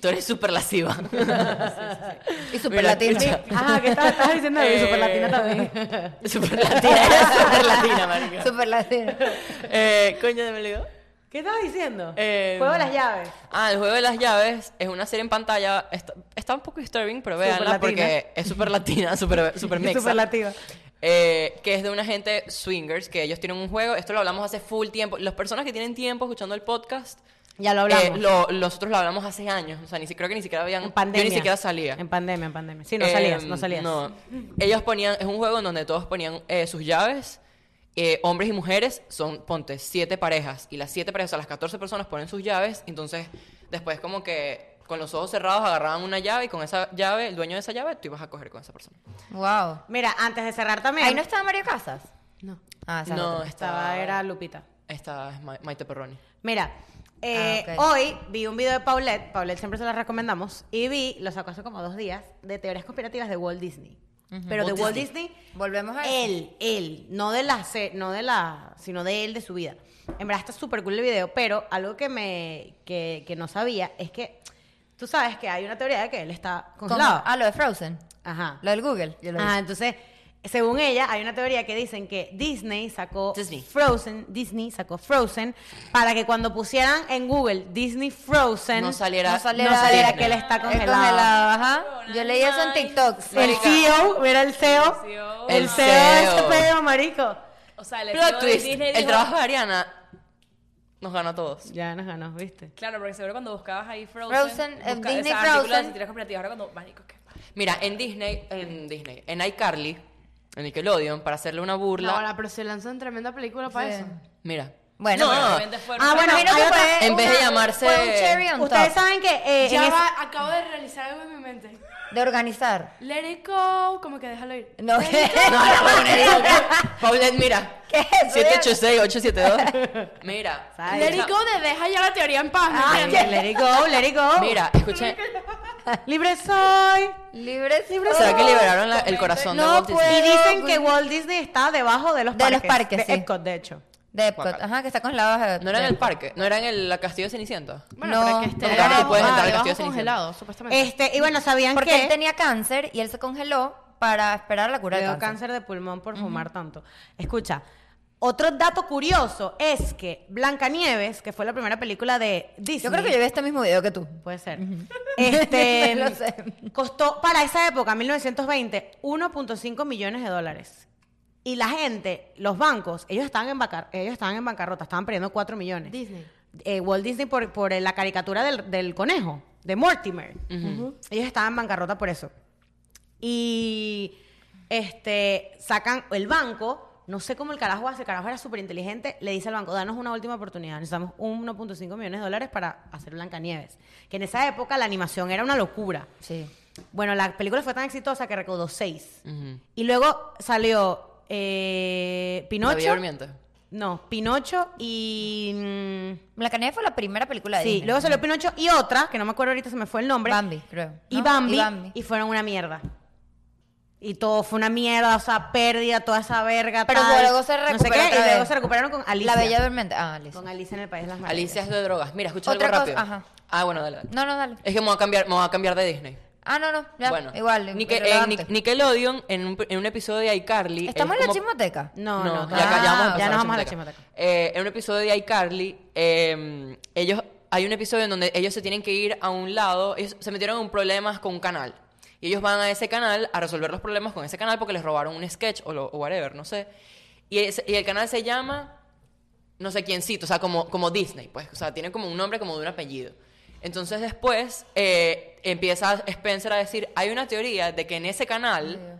[SPEAKER 4] Tú eres superlasiva.
[SPEAKER 5] Y superlativo.
[SPEAKER 1] Ajá, ¿qué estabas, estabas diciendo? de
[SPEAKER 4] Eh,
[SPEAKER 1] Superlatina también.
[SPEAKER 4] superlatina, eres superlatina, marica.
[SPEAKER 5] Superlativo.
[SPEAKER 4] Eh, coño, me olvidó.
[SPEAKER 1] ¿Qué estabas diciendo?
[SPEAKER 4] Eh,
[SPEAKER 1] Juego de las llaves.
[SPEAKER 4] Ah, el juego de las llaves es una serie en pantalla. Está, está un poco disturbing, pero véanla
[SPEAKER 1] Superlatina.
[SPEAKER 4] porque es super latina, super, super mexa.
[SPEAKER 1] Superlativa.
[SPEAKER 4] Eh, que es de una gente swingers, que ellos tienen un juego. Esto lo hablamos hace full tiempo. Las personas que tienen tiempo escuchando el podcast,
[SPEAKER 1] Ya lo hablamos.
[SPEAKER 4] eh, lo- nosotros lo hablamos hace años. O sea, ni, si- creo que ni siquiera habían.
[SPEAKER 1] En pandemia.
[SPEAKER 4] Yo ni siquiera salía.
[SPEAKER 1] En pandemia, en pandemia. Sí, no
[SPEAKER 4] Eh,
[SPEAKER 1] salías, no salías.
[SPEAKER 4] No. Ellos ponían, es un juego en donde todos ponían eh, sus llaves. eh, hombres y mujeres son, ponte, siete parejas. Y las siete parejas, o sea, las 14 personas ponen sus llaves. Entonces, después como que con los ojos cerrados agarraban una llave y con esa llave, el dueño de esa llave, tú ibas a coger con esa persona.
[SPEAKER 5] Wow.
[SPEAKER 1] Mira, antes de cerrar también.
[SPEAKER 5] Ahí no estaba Mario Casas.
[SPEAKER 2] No.
[SPEAKER 5] Ah, esa es
[SPEAKER 4] no,
[SPEAKER 5] otra.
[SPEAKER 1] estaba,
[SPEAKER 4] estaba...
[SPEAKER 1] era Lupita.
[SPEAKER 4] Esta es Ma- Maite Perroni.
[SPEAKER 1] Mira, eh,
[SPEAKER 5] Ah, ok.
[SPEAKER 1] hoy vi un video de Paulette, Paulette siempre se la recomendamos, y vi, lo sacó hace como dos días, de teorías conspirativas de Walt Disney. Pero de
[SPEAKER 4] Walt
[SPEAKER 1] Walt
[SPEAKER 4] Disney.
[SPEAKER 1] Disney,
[SPEAKER 5] Volvemos a eso.
[SPEAKER 1] él, él, no de la, se- no de la, sino de él, de su vida. En verdad está súper cool el video, pero algo que me, que, que no sabía es que, tú sabes que hay una teoría de que él está
[SPEAKER 5] Como-
[SPEAKER 1] congelado.
[SPEAKER 5] Ah, lo de Frozen.
[SPEAKER 1] Ajá.
[SPEAKER 5] Lo del Google. Yo lo
[SPEAKER 1] Ah,
[SPEAKER 5] hice.
[SPEAKER 1] entonces, según ella, hay una teoría que dicen que Disney sacó
[SPEAKER 4] Disney.
[SPEAKER 1] Frozen, Disney sacó Frozen, para que cuando pusieran en Google Disney Frozen,
[SPEAKER 4] No saliera-
[SPEAKER 1] no saliera,
[SPEAKER 5] no saliera
[SPEAKER 1] de que él está
[SPEAKER 5] Es
[SPEAKER 1] congelado.
[SPEAKER 5] congelado, ajá.
[SPEAKER 3] Cabrón,
[SPEAKER 5] Yo leí eso en
[SPEAKER 3] ay.
[SPEAKER 5] TikTok.
[SPEAKER 1] El
[SPEAKER 5] marica.
[SPEAKER 1] CEO, mira el CEO.
[SPEAKER 3] El CEO.
[SPEAKER 1] El
[SPEAKER 4] El
[SPEAKER 1] CEO de ese
[SPEAKER 4] CEO.
[SPEAKER 1] pedo, marico.
[SPEAKER 3] oh. O sea, el
[SPEAKER 4] Plot
[SPEAKER 3] CEO de
[SPEAKER 4] twist.
[SPEAKER 3] Disney
[SPEAKER 4] El
[SPEAKER 3] dijo-
[SPEAKER 4] trabajo de Ariana nos ganó a todos.
[SPEAKER 1] Ya nos ganó, ¿viste?
[SPEAKER 3] Claro, porque seguro cuando buscabas ahí Frozen.
[SPEAKER 5] Frozen, eh,
[SPEAKER 3] busca-
[SPEAKER 5] Disney
[SPEAKER 3] o sea, artículos de
[SPEAKER 5] Frozen.
[SPEAKER 3] satiras comparativas. Ahora cuando. Marico, qué mal.
[SPEAKER 4] Mira, en Disney, en Disney, en iCarly, en Nickelodeon, para hacerle una burla.
[SPEAKER 2] Ahora, pero se lanzan tremenda película para
[SPEAKER 5] Sí.
[SPEAKER 2] eso.
[SPEAKER 4] Mira.
[SPEAKER 5] Bueno,
[SPEAKER 4] No,
[SPEAKER 5] pero
[SPEAKER 4] no,
[SPEAKER 3] Obviamente fueron-
[SPEAKER 1] Ah, bueno,
[SPEAKER 5] Imagino
[SPEAKER 1] hay
[SPEAKER 5] que
[SPEAKER 1] otra-
[SPEAKER 5] fue
[SPEAKER 4] en vez de
[SPEAKER 5] una-
[SPEAKER 4] llamarse-
[SPEAKER 5] Fue un cherry on
[SPEAKER 1] Ustedes
[SPEAKER 5] top
[SPEAKER 1] saben que eh, en
[SPEAKER 2] ya
[SPEAKER 1] ese-
[SPEAKER 2] va, acabo de realizar algo en mi mente.
[SPEAKER 5] de organizar.
[SPEAKER 2] Let it go, como que déjalo ir. Let
[SPEAKER 5] No,
[SPEAKER 2] it go.
[SPEAKER 4] No, no, Paulette, Paulette, mira.
[SPEAKER 5] ¿Qué es eso?
[SPEAKER 4] 786-872. Mira.
[SPEAKER 1] Ay,
[SPEAKER 2] Let it go de deja ya la teoría en paz. ¿me
[SPEAKER 1] Ah,
[SPEAKER 2] entiendes?
[SPEAKER 1] let it go, let it go.
[SPEAKER 4] Mira, escuchen.
[SPEAKER 1] Libre soy.
[SPEAKER 5] Libre, libre.
[SPEAKER 4] ¿Será que
[SPEAKER 5] soy.
[SPEAKER 4] liberaron la- el corazón de
[SPEAKER 5] No
[SPEAKER 4] Walt Disney?
[SPEAKER 1] Y
[SPEAKER 5] Pero,
[SPEAKER 1] dicen que
[SPEAKER 5] güey.
[SPEAKER 1] Walt Disney está debajo de los
[SPEAKER 5] De
[SPEAKER 1] parques.
[SPEAKER 5] los parques,
[SPEAKER 1] de
[SPEAKER 5] sí.
[SPEAKER 1] Epcot, de hecho.
[SPEAKER 5] De Epcot.
[SPEAKER 4] Guácala.
[SPEAKER 5] Ajá, que está con lava.
[SPEAKER 4] No era en el parque, no era en el castillo de Cenicienta.
[SPEAKER 2] Bueno,
[SPEAKER 5] No,
[SPEAKER 2] pero es que esté
[SPEAKER 5] porque
[SPEAKER 4] ahora
[SPEAKER 2] debajo,
[SPEAKER 4] puedes
[SPEAKER 2] ah,
[SPEAKER 4] entrar al
[SPEAKER 2] debajo
[SPEAKER 4] castillo de Cenicienta.
[SPEAKER 2] congelado, supuestamente.
[SPEAKER 1] Este, y bueno, ¿sabían
[SPEAKER 5] Porque
[SPEAKER 1] que
[SPEAKER 5] él tenía cáncer y él se congeló para esperar la cura
[SPEAKER 1] le
[SPEAKER 5] del
[SPEAKER 1] dio
[SPEAKER 5] cáncer.
[SPEAKER 1] cáncer de pulmón por fumar tanto? Escucha, otro dato curioso es que Blancanieves, que fue la primera película de Disney.
[SPEAKER 5] Yo creo que yo vi este mismo video que tú.
[SPEAKER 1] Puede ser. Este,
[SPEAKER 5] No lo sé.
[SPEAKER 1] Costó para esa época, 1920, 1.5 millones de dólares. Y la gente, los bancos, ellos estaban en, vaca- ellos estaban en bancarrota, estaban perdiendo 4 millones.
[SPEAKER 2] Disney.
[SPEAKER 1] eh, Walt Disney por, por, eh, la caricatura del, del conejo, de Mortimer. Ellos estaban en bancarrota por eso. Y este sacan el banco, no sé cómo el carajo hace, el carajo era súper inteligente, le dice al banco, danos una última oportunidad, necesitamos 1.5 millones de dólares para hacer Blancanieves. Que en esa época la animación era una locura.
[SPEAKER 5] Sí.
[SPEAKER 1] Bueno, la película fue tan exitosa que recaudó 6.
[SPEAKER 4] Ujú.
[SPEAKER 1] Y luego salió eh,
[SPEAKER 4] La Bella
[SPEAKER 1] Pinocho.
[SPEAKER 4] Durmiente.
[SPEAKER 1] No, Pinocho y... mm,
[SPEAKER 5] Blancanieves fue la primera película de
[SPEAKER 1] Sí,
[SPEAKER 5] Disney.
[SPEAKER 1] luego salió Pinocho y otra, que no me acuerdo ahorita se me fue el nombre.
[SPEAKER 5] Bambi, creo.
[SPEAKER 1] Y,
[SPEAKER 5] ¿no?
[SPEAKER 1] Bambi, y fueron una mierda. Y todo fue una mierda, o sea, pérdida, toda esa verga.
[SPEAKER 5] Pero
[SPEAKER 1] tal,
[SPEAKER 5] luego se
[SPEAKER 1] no sé
[SPEAKER 5] recuperó
[SPEAKER 1] qué,
[SPEAKER 5] otra
[SPEAKER 1] y luego
[SPEAKER 5] vez.
[SPEAKER 1] se recuperaron con Alicia.
[SPEAKER 5] La Bella Durmiente. Ah, Alicia.
[SPEAKER 1] Con Alicia en el País de las Maravillas.
[SPEAKER 4] Alicia es de drogas. Mira, escucha
[SPEAKER 5] Otra
[SPEAKER 4] algo
[SPEAKER 5] cosa,
[SPEAKER 4] rápido.
[SPEAKER 5] ajá.
[SPEAKER 4] Ah, bueno, dale. dale.
[SPEAKER 5] No, no, dale.
[SPEAKER 4] Es que me voy a cambiar, me voy a cambiar de Disney.
[SPEAKER 5] Ah, no, no. Ya.
[SPEAKER 4] bueno, eh,
[SPEAKER 5] Igual.
[SPEAKER 4] Nicke-
[SPEAKER 5] pero
[SPEAKER 4] en
[SPEAKER 5] antes.
[SPEAKER 4] Nic- Nickelodeon, en un, en un episodio de iCarly.
[SPEAKER 5] ¿Estamos
[SPEAKER 4] él
[SPEAKER 5] en la
[SPEAKER 4] como-
[SPEAKER 5] chismoteca?
[SPEAKER 1] No, no,
[SPEAKER 4] ya,
[SPEAKER 1] todavía
[SPEAKER 4] acá- ya vamos a
[SPEAKER 1] no.
[SPEAKER 4] empezar
[SPEAKER 1] Ya
[SPEAKER 4] la
[SPEAKER 1] nos vamos a la
[SPEAKER 4] chismoteca.
[SPEAKER 1] chismoteca.
[SPEAKER 4] Eh, en un episodio de iCarly, eh, ellos, hay un episodio en donde ellos se tienen que ir a un lado, ellos se metieron en problemas con un canal. Y ellos van a ese canal a resolver los problemas con ese canal porque les robaron un sketch o, lo, o whatever, no sé. Y, ese- y el canal se llama no sé quién cito, o sea, como, como Disney, pues, o sea, tiene como un nombre como de un apellido. Entonces después eh, empieza Spencer a decir, hay una teoría de que en ese canal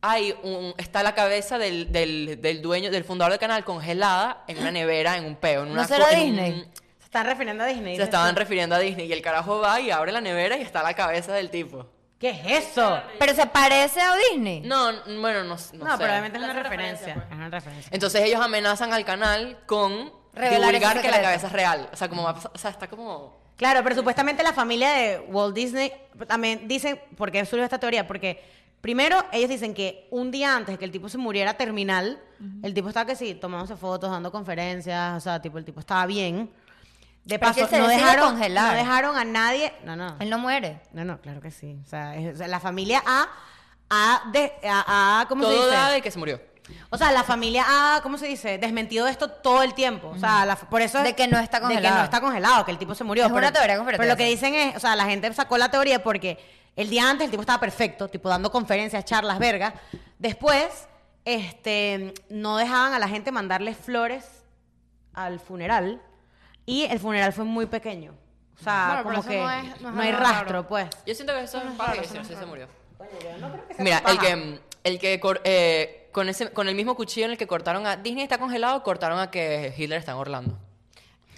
[SPEAKER 4] hay un, está la cabeza del, del, del dueño, del fundador del canal congelada en una nevera, en un peo, en
[SPEAKER 5] ¿No
[SPEAKER 4] una...
[SPEAKER 5] será
[SPEAKER 4] co- en
[SPEAKER 5] Disney?
[SPEAKER 4] un-
[SPEAKER 1] Se están refiriendo a Disney.
[SPEAKER 4] se
[SPEAKER 1] dices
[SPEAKER 4] estaban
[SPEAKER 1] tú.
[SPEAKER 4] refiriendo a Disney y el carajo va y abre la nevera y está la cabeza del tipo.
[SPEAKER 1] ¿Qué es eso?
[SPEAKER 5] ¿Pero se parece a Disney?
[SPEAKER 4] No, n- bueno, no, s- no
[SPEAKER 1] No,
[SPEAKER 4] sé.
[SPEAKER 1] probablemente es una
[SPEAKER 3] Hace
[SPEAKER 1] referencia.
[SPEAKER 3] referencia, pues.
[SPEAKER 1] Es una referencia.
[SPEAKER 4] Entonces ellos amenazan al canal con
[SPEAKER 5] Revelar ese
[SPEAKER 4] divulgar que la
[SPEAKER 5] secreto.
[SPEAKER 4] cabeza es real. O sea, como va a pasar- o sea, está como...
[SPEAKER 1] Claro, pero supuestamente la familia de Walt Disney también dicen, porque surge esta teoría, porque primero ellos dicen que un día antes de que el tipo se muriera terminal, el tipo estaba que sí, tomándose fotos, dando conferencias, o sea, tipo, el tipo estaba bien. De
[SPEAKER 5] Pero es que
[SPEAKER 1] paso,
[SPEAKER 5] se
[SPEAKER 1] no
[SPEAKER 5] decide
[SPEAKER 1] dejaron,
[SPEAKER 5] congelar.
[SPEAKER 1] no dejaron a nadie. No, no.
[SPEAKER 5] Él no muere.
[SPEAKER 1] No, no, claro que sí. O sea, es- o sea, la familia A, A, de, a, a- ¿cómo se
[SPEAKER 4] Todo
[SPEAKER 1] dice?
[SPEAKER 4] da de que se murió.
[SPEAKER 1] O sea, la familia ha, ¿cómo se dice? Desmentido esto todo el tiempo. O sea, la- por eso... es-
[SPEAKER 5] De que no está
[SPEAKER 1] De que
[SPEAKER 5] congelado.
[SPEAKER 1] no está congelado, que el tipo se murió.
[SPEAKER 5] Es una teoría conspirativa.
[SPEAKER 1] Pero lo que dicen es, o sea, la gente sacó la teoría porque el día antes el tipo estaba perfecto, tipo dando conferencias, charlas, vergas. Después, este, no dejaban a la gente mandarle flores al funeral y el funeral fue muy pequeño. O sea,
[SPEAKER 2] Bueno, pero
[SPEAKER 1] como
[SPEAKER 2] eso
[SPEAKER 1] que
[SPEAKER 2] no es- no es
[SPEAKER 1] hay
[SPEAKER 2] algo
[SPEAKER 1] rastro,
[SPEAKER 2] raro.
[SPEAKER 1] pues.
[SPEAKER 4] Yo siento que eso es para que se se murió.
[SPEAKER 1] sea
[SPEAKER 4] Mira,
[SPEAKER 1] paja.
[SPEAKER 4] el que, el que cor- eh, con, ese, con el mismo cuchillo en el que cortaron a Disney está congelado, cortaron a que Hitler está en Orlando.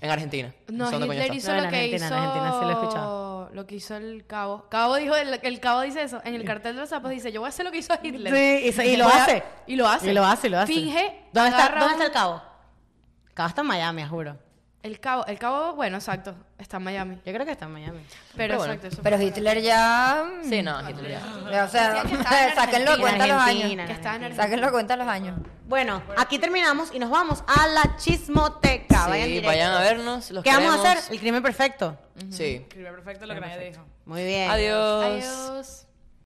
[SPEAKER 4] En Argentina.
[SPEAKER 2] No,
[SPEAKER 4] sé dónde coño
[SPEAKER 2] Hitler
[SPEAKER 4] está.
[SPEAKER 2] hizo
[SPEAKER 1] No, en
[SPEAKER 2] lo que
[SPEAKER 1] Argentina, en
[SPEAKER 2] hizo.
[SPEAKER 1] Argentina sí lo he escuchado.
[SPEAKER 2] Lo que hizo el cabo. Cabo dijo, el, el cabo dice eso. En el cartel de los sapos dice, yo voy a hacer lo que hizo Hitler.
[SPEAKER 1] Sí, y se- y lo
[SPEAKER 2] Voy a-
[SPEAKER 1] hace.
[SPEAKER 2] Y lo hace.
[SPEAKER 1] Y lo hace, y lo hace.
[SPEAKER 2] Finge.
[SPEAKER 1] ¿Dónde está,
[SPEAKER 2] agarra
[SPEAKER 1] dónde está
[SPEAKER 2] un-
[SPEAKER 1] el cabo? El cabo está en Miami, juro.
[SPEAKER 2] El cabo, el cabo, bueno, exacto, está en Miami.
[SPEAKER 1] Yo creo que está en Miami.
[SPEAKER 2] Pero,
[SPEAKER 4] Pero bueno,
[SPEAKER 2] exacto, eso
[SPEAKER 5] Pero
[SPEAKER 2] fue-
[SPEAKER 5] Hitler ya... mm,
[SPEAKER 4] Sí, no, Hitler ya.
[SPEAKER 5] O sea,
[SPEAKER 2] que estaba en
[SPEAKER 5] sáquenlo a cuenta los
[SPEAKER 1] Argentina,
[SPEAKER 5] años.
[SPEAKER 2] Que está en Argentina.
[SPEAKER 5] Sáquenlo a cuenta los años.
[SPEAKER 1] Bueno, aquí terminamos y nos vamos a la chismoteca.
[SPEAKER 4] Sí,
[SPEAKER 1] vayan, Ah, directo.
[SPEAKER 4] vayan a vernos. Los
[SPEAKER 1] ¿Qué vamos a
[SPEAKER 4] queremos.
[SPEAKER 1] hacer? Eh, El crimen perfecto.
[SPEAKER 4] Sí.
[SPEAKER 3] Escribe perfecto lo que nadie dijo.
[SPEAKER 1] Muy bien.
[SPEAKER 4] Adiós.
[SPEAKER 2] Adiós.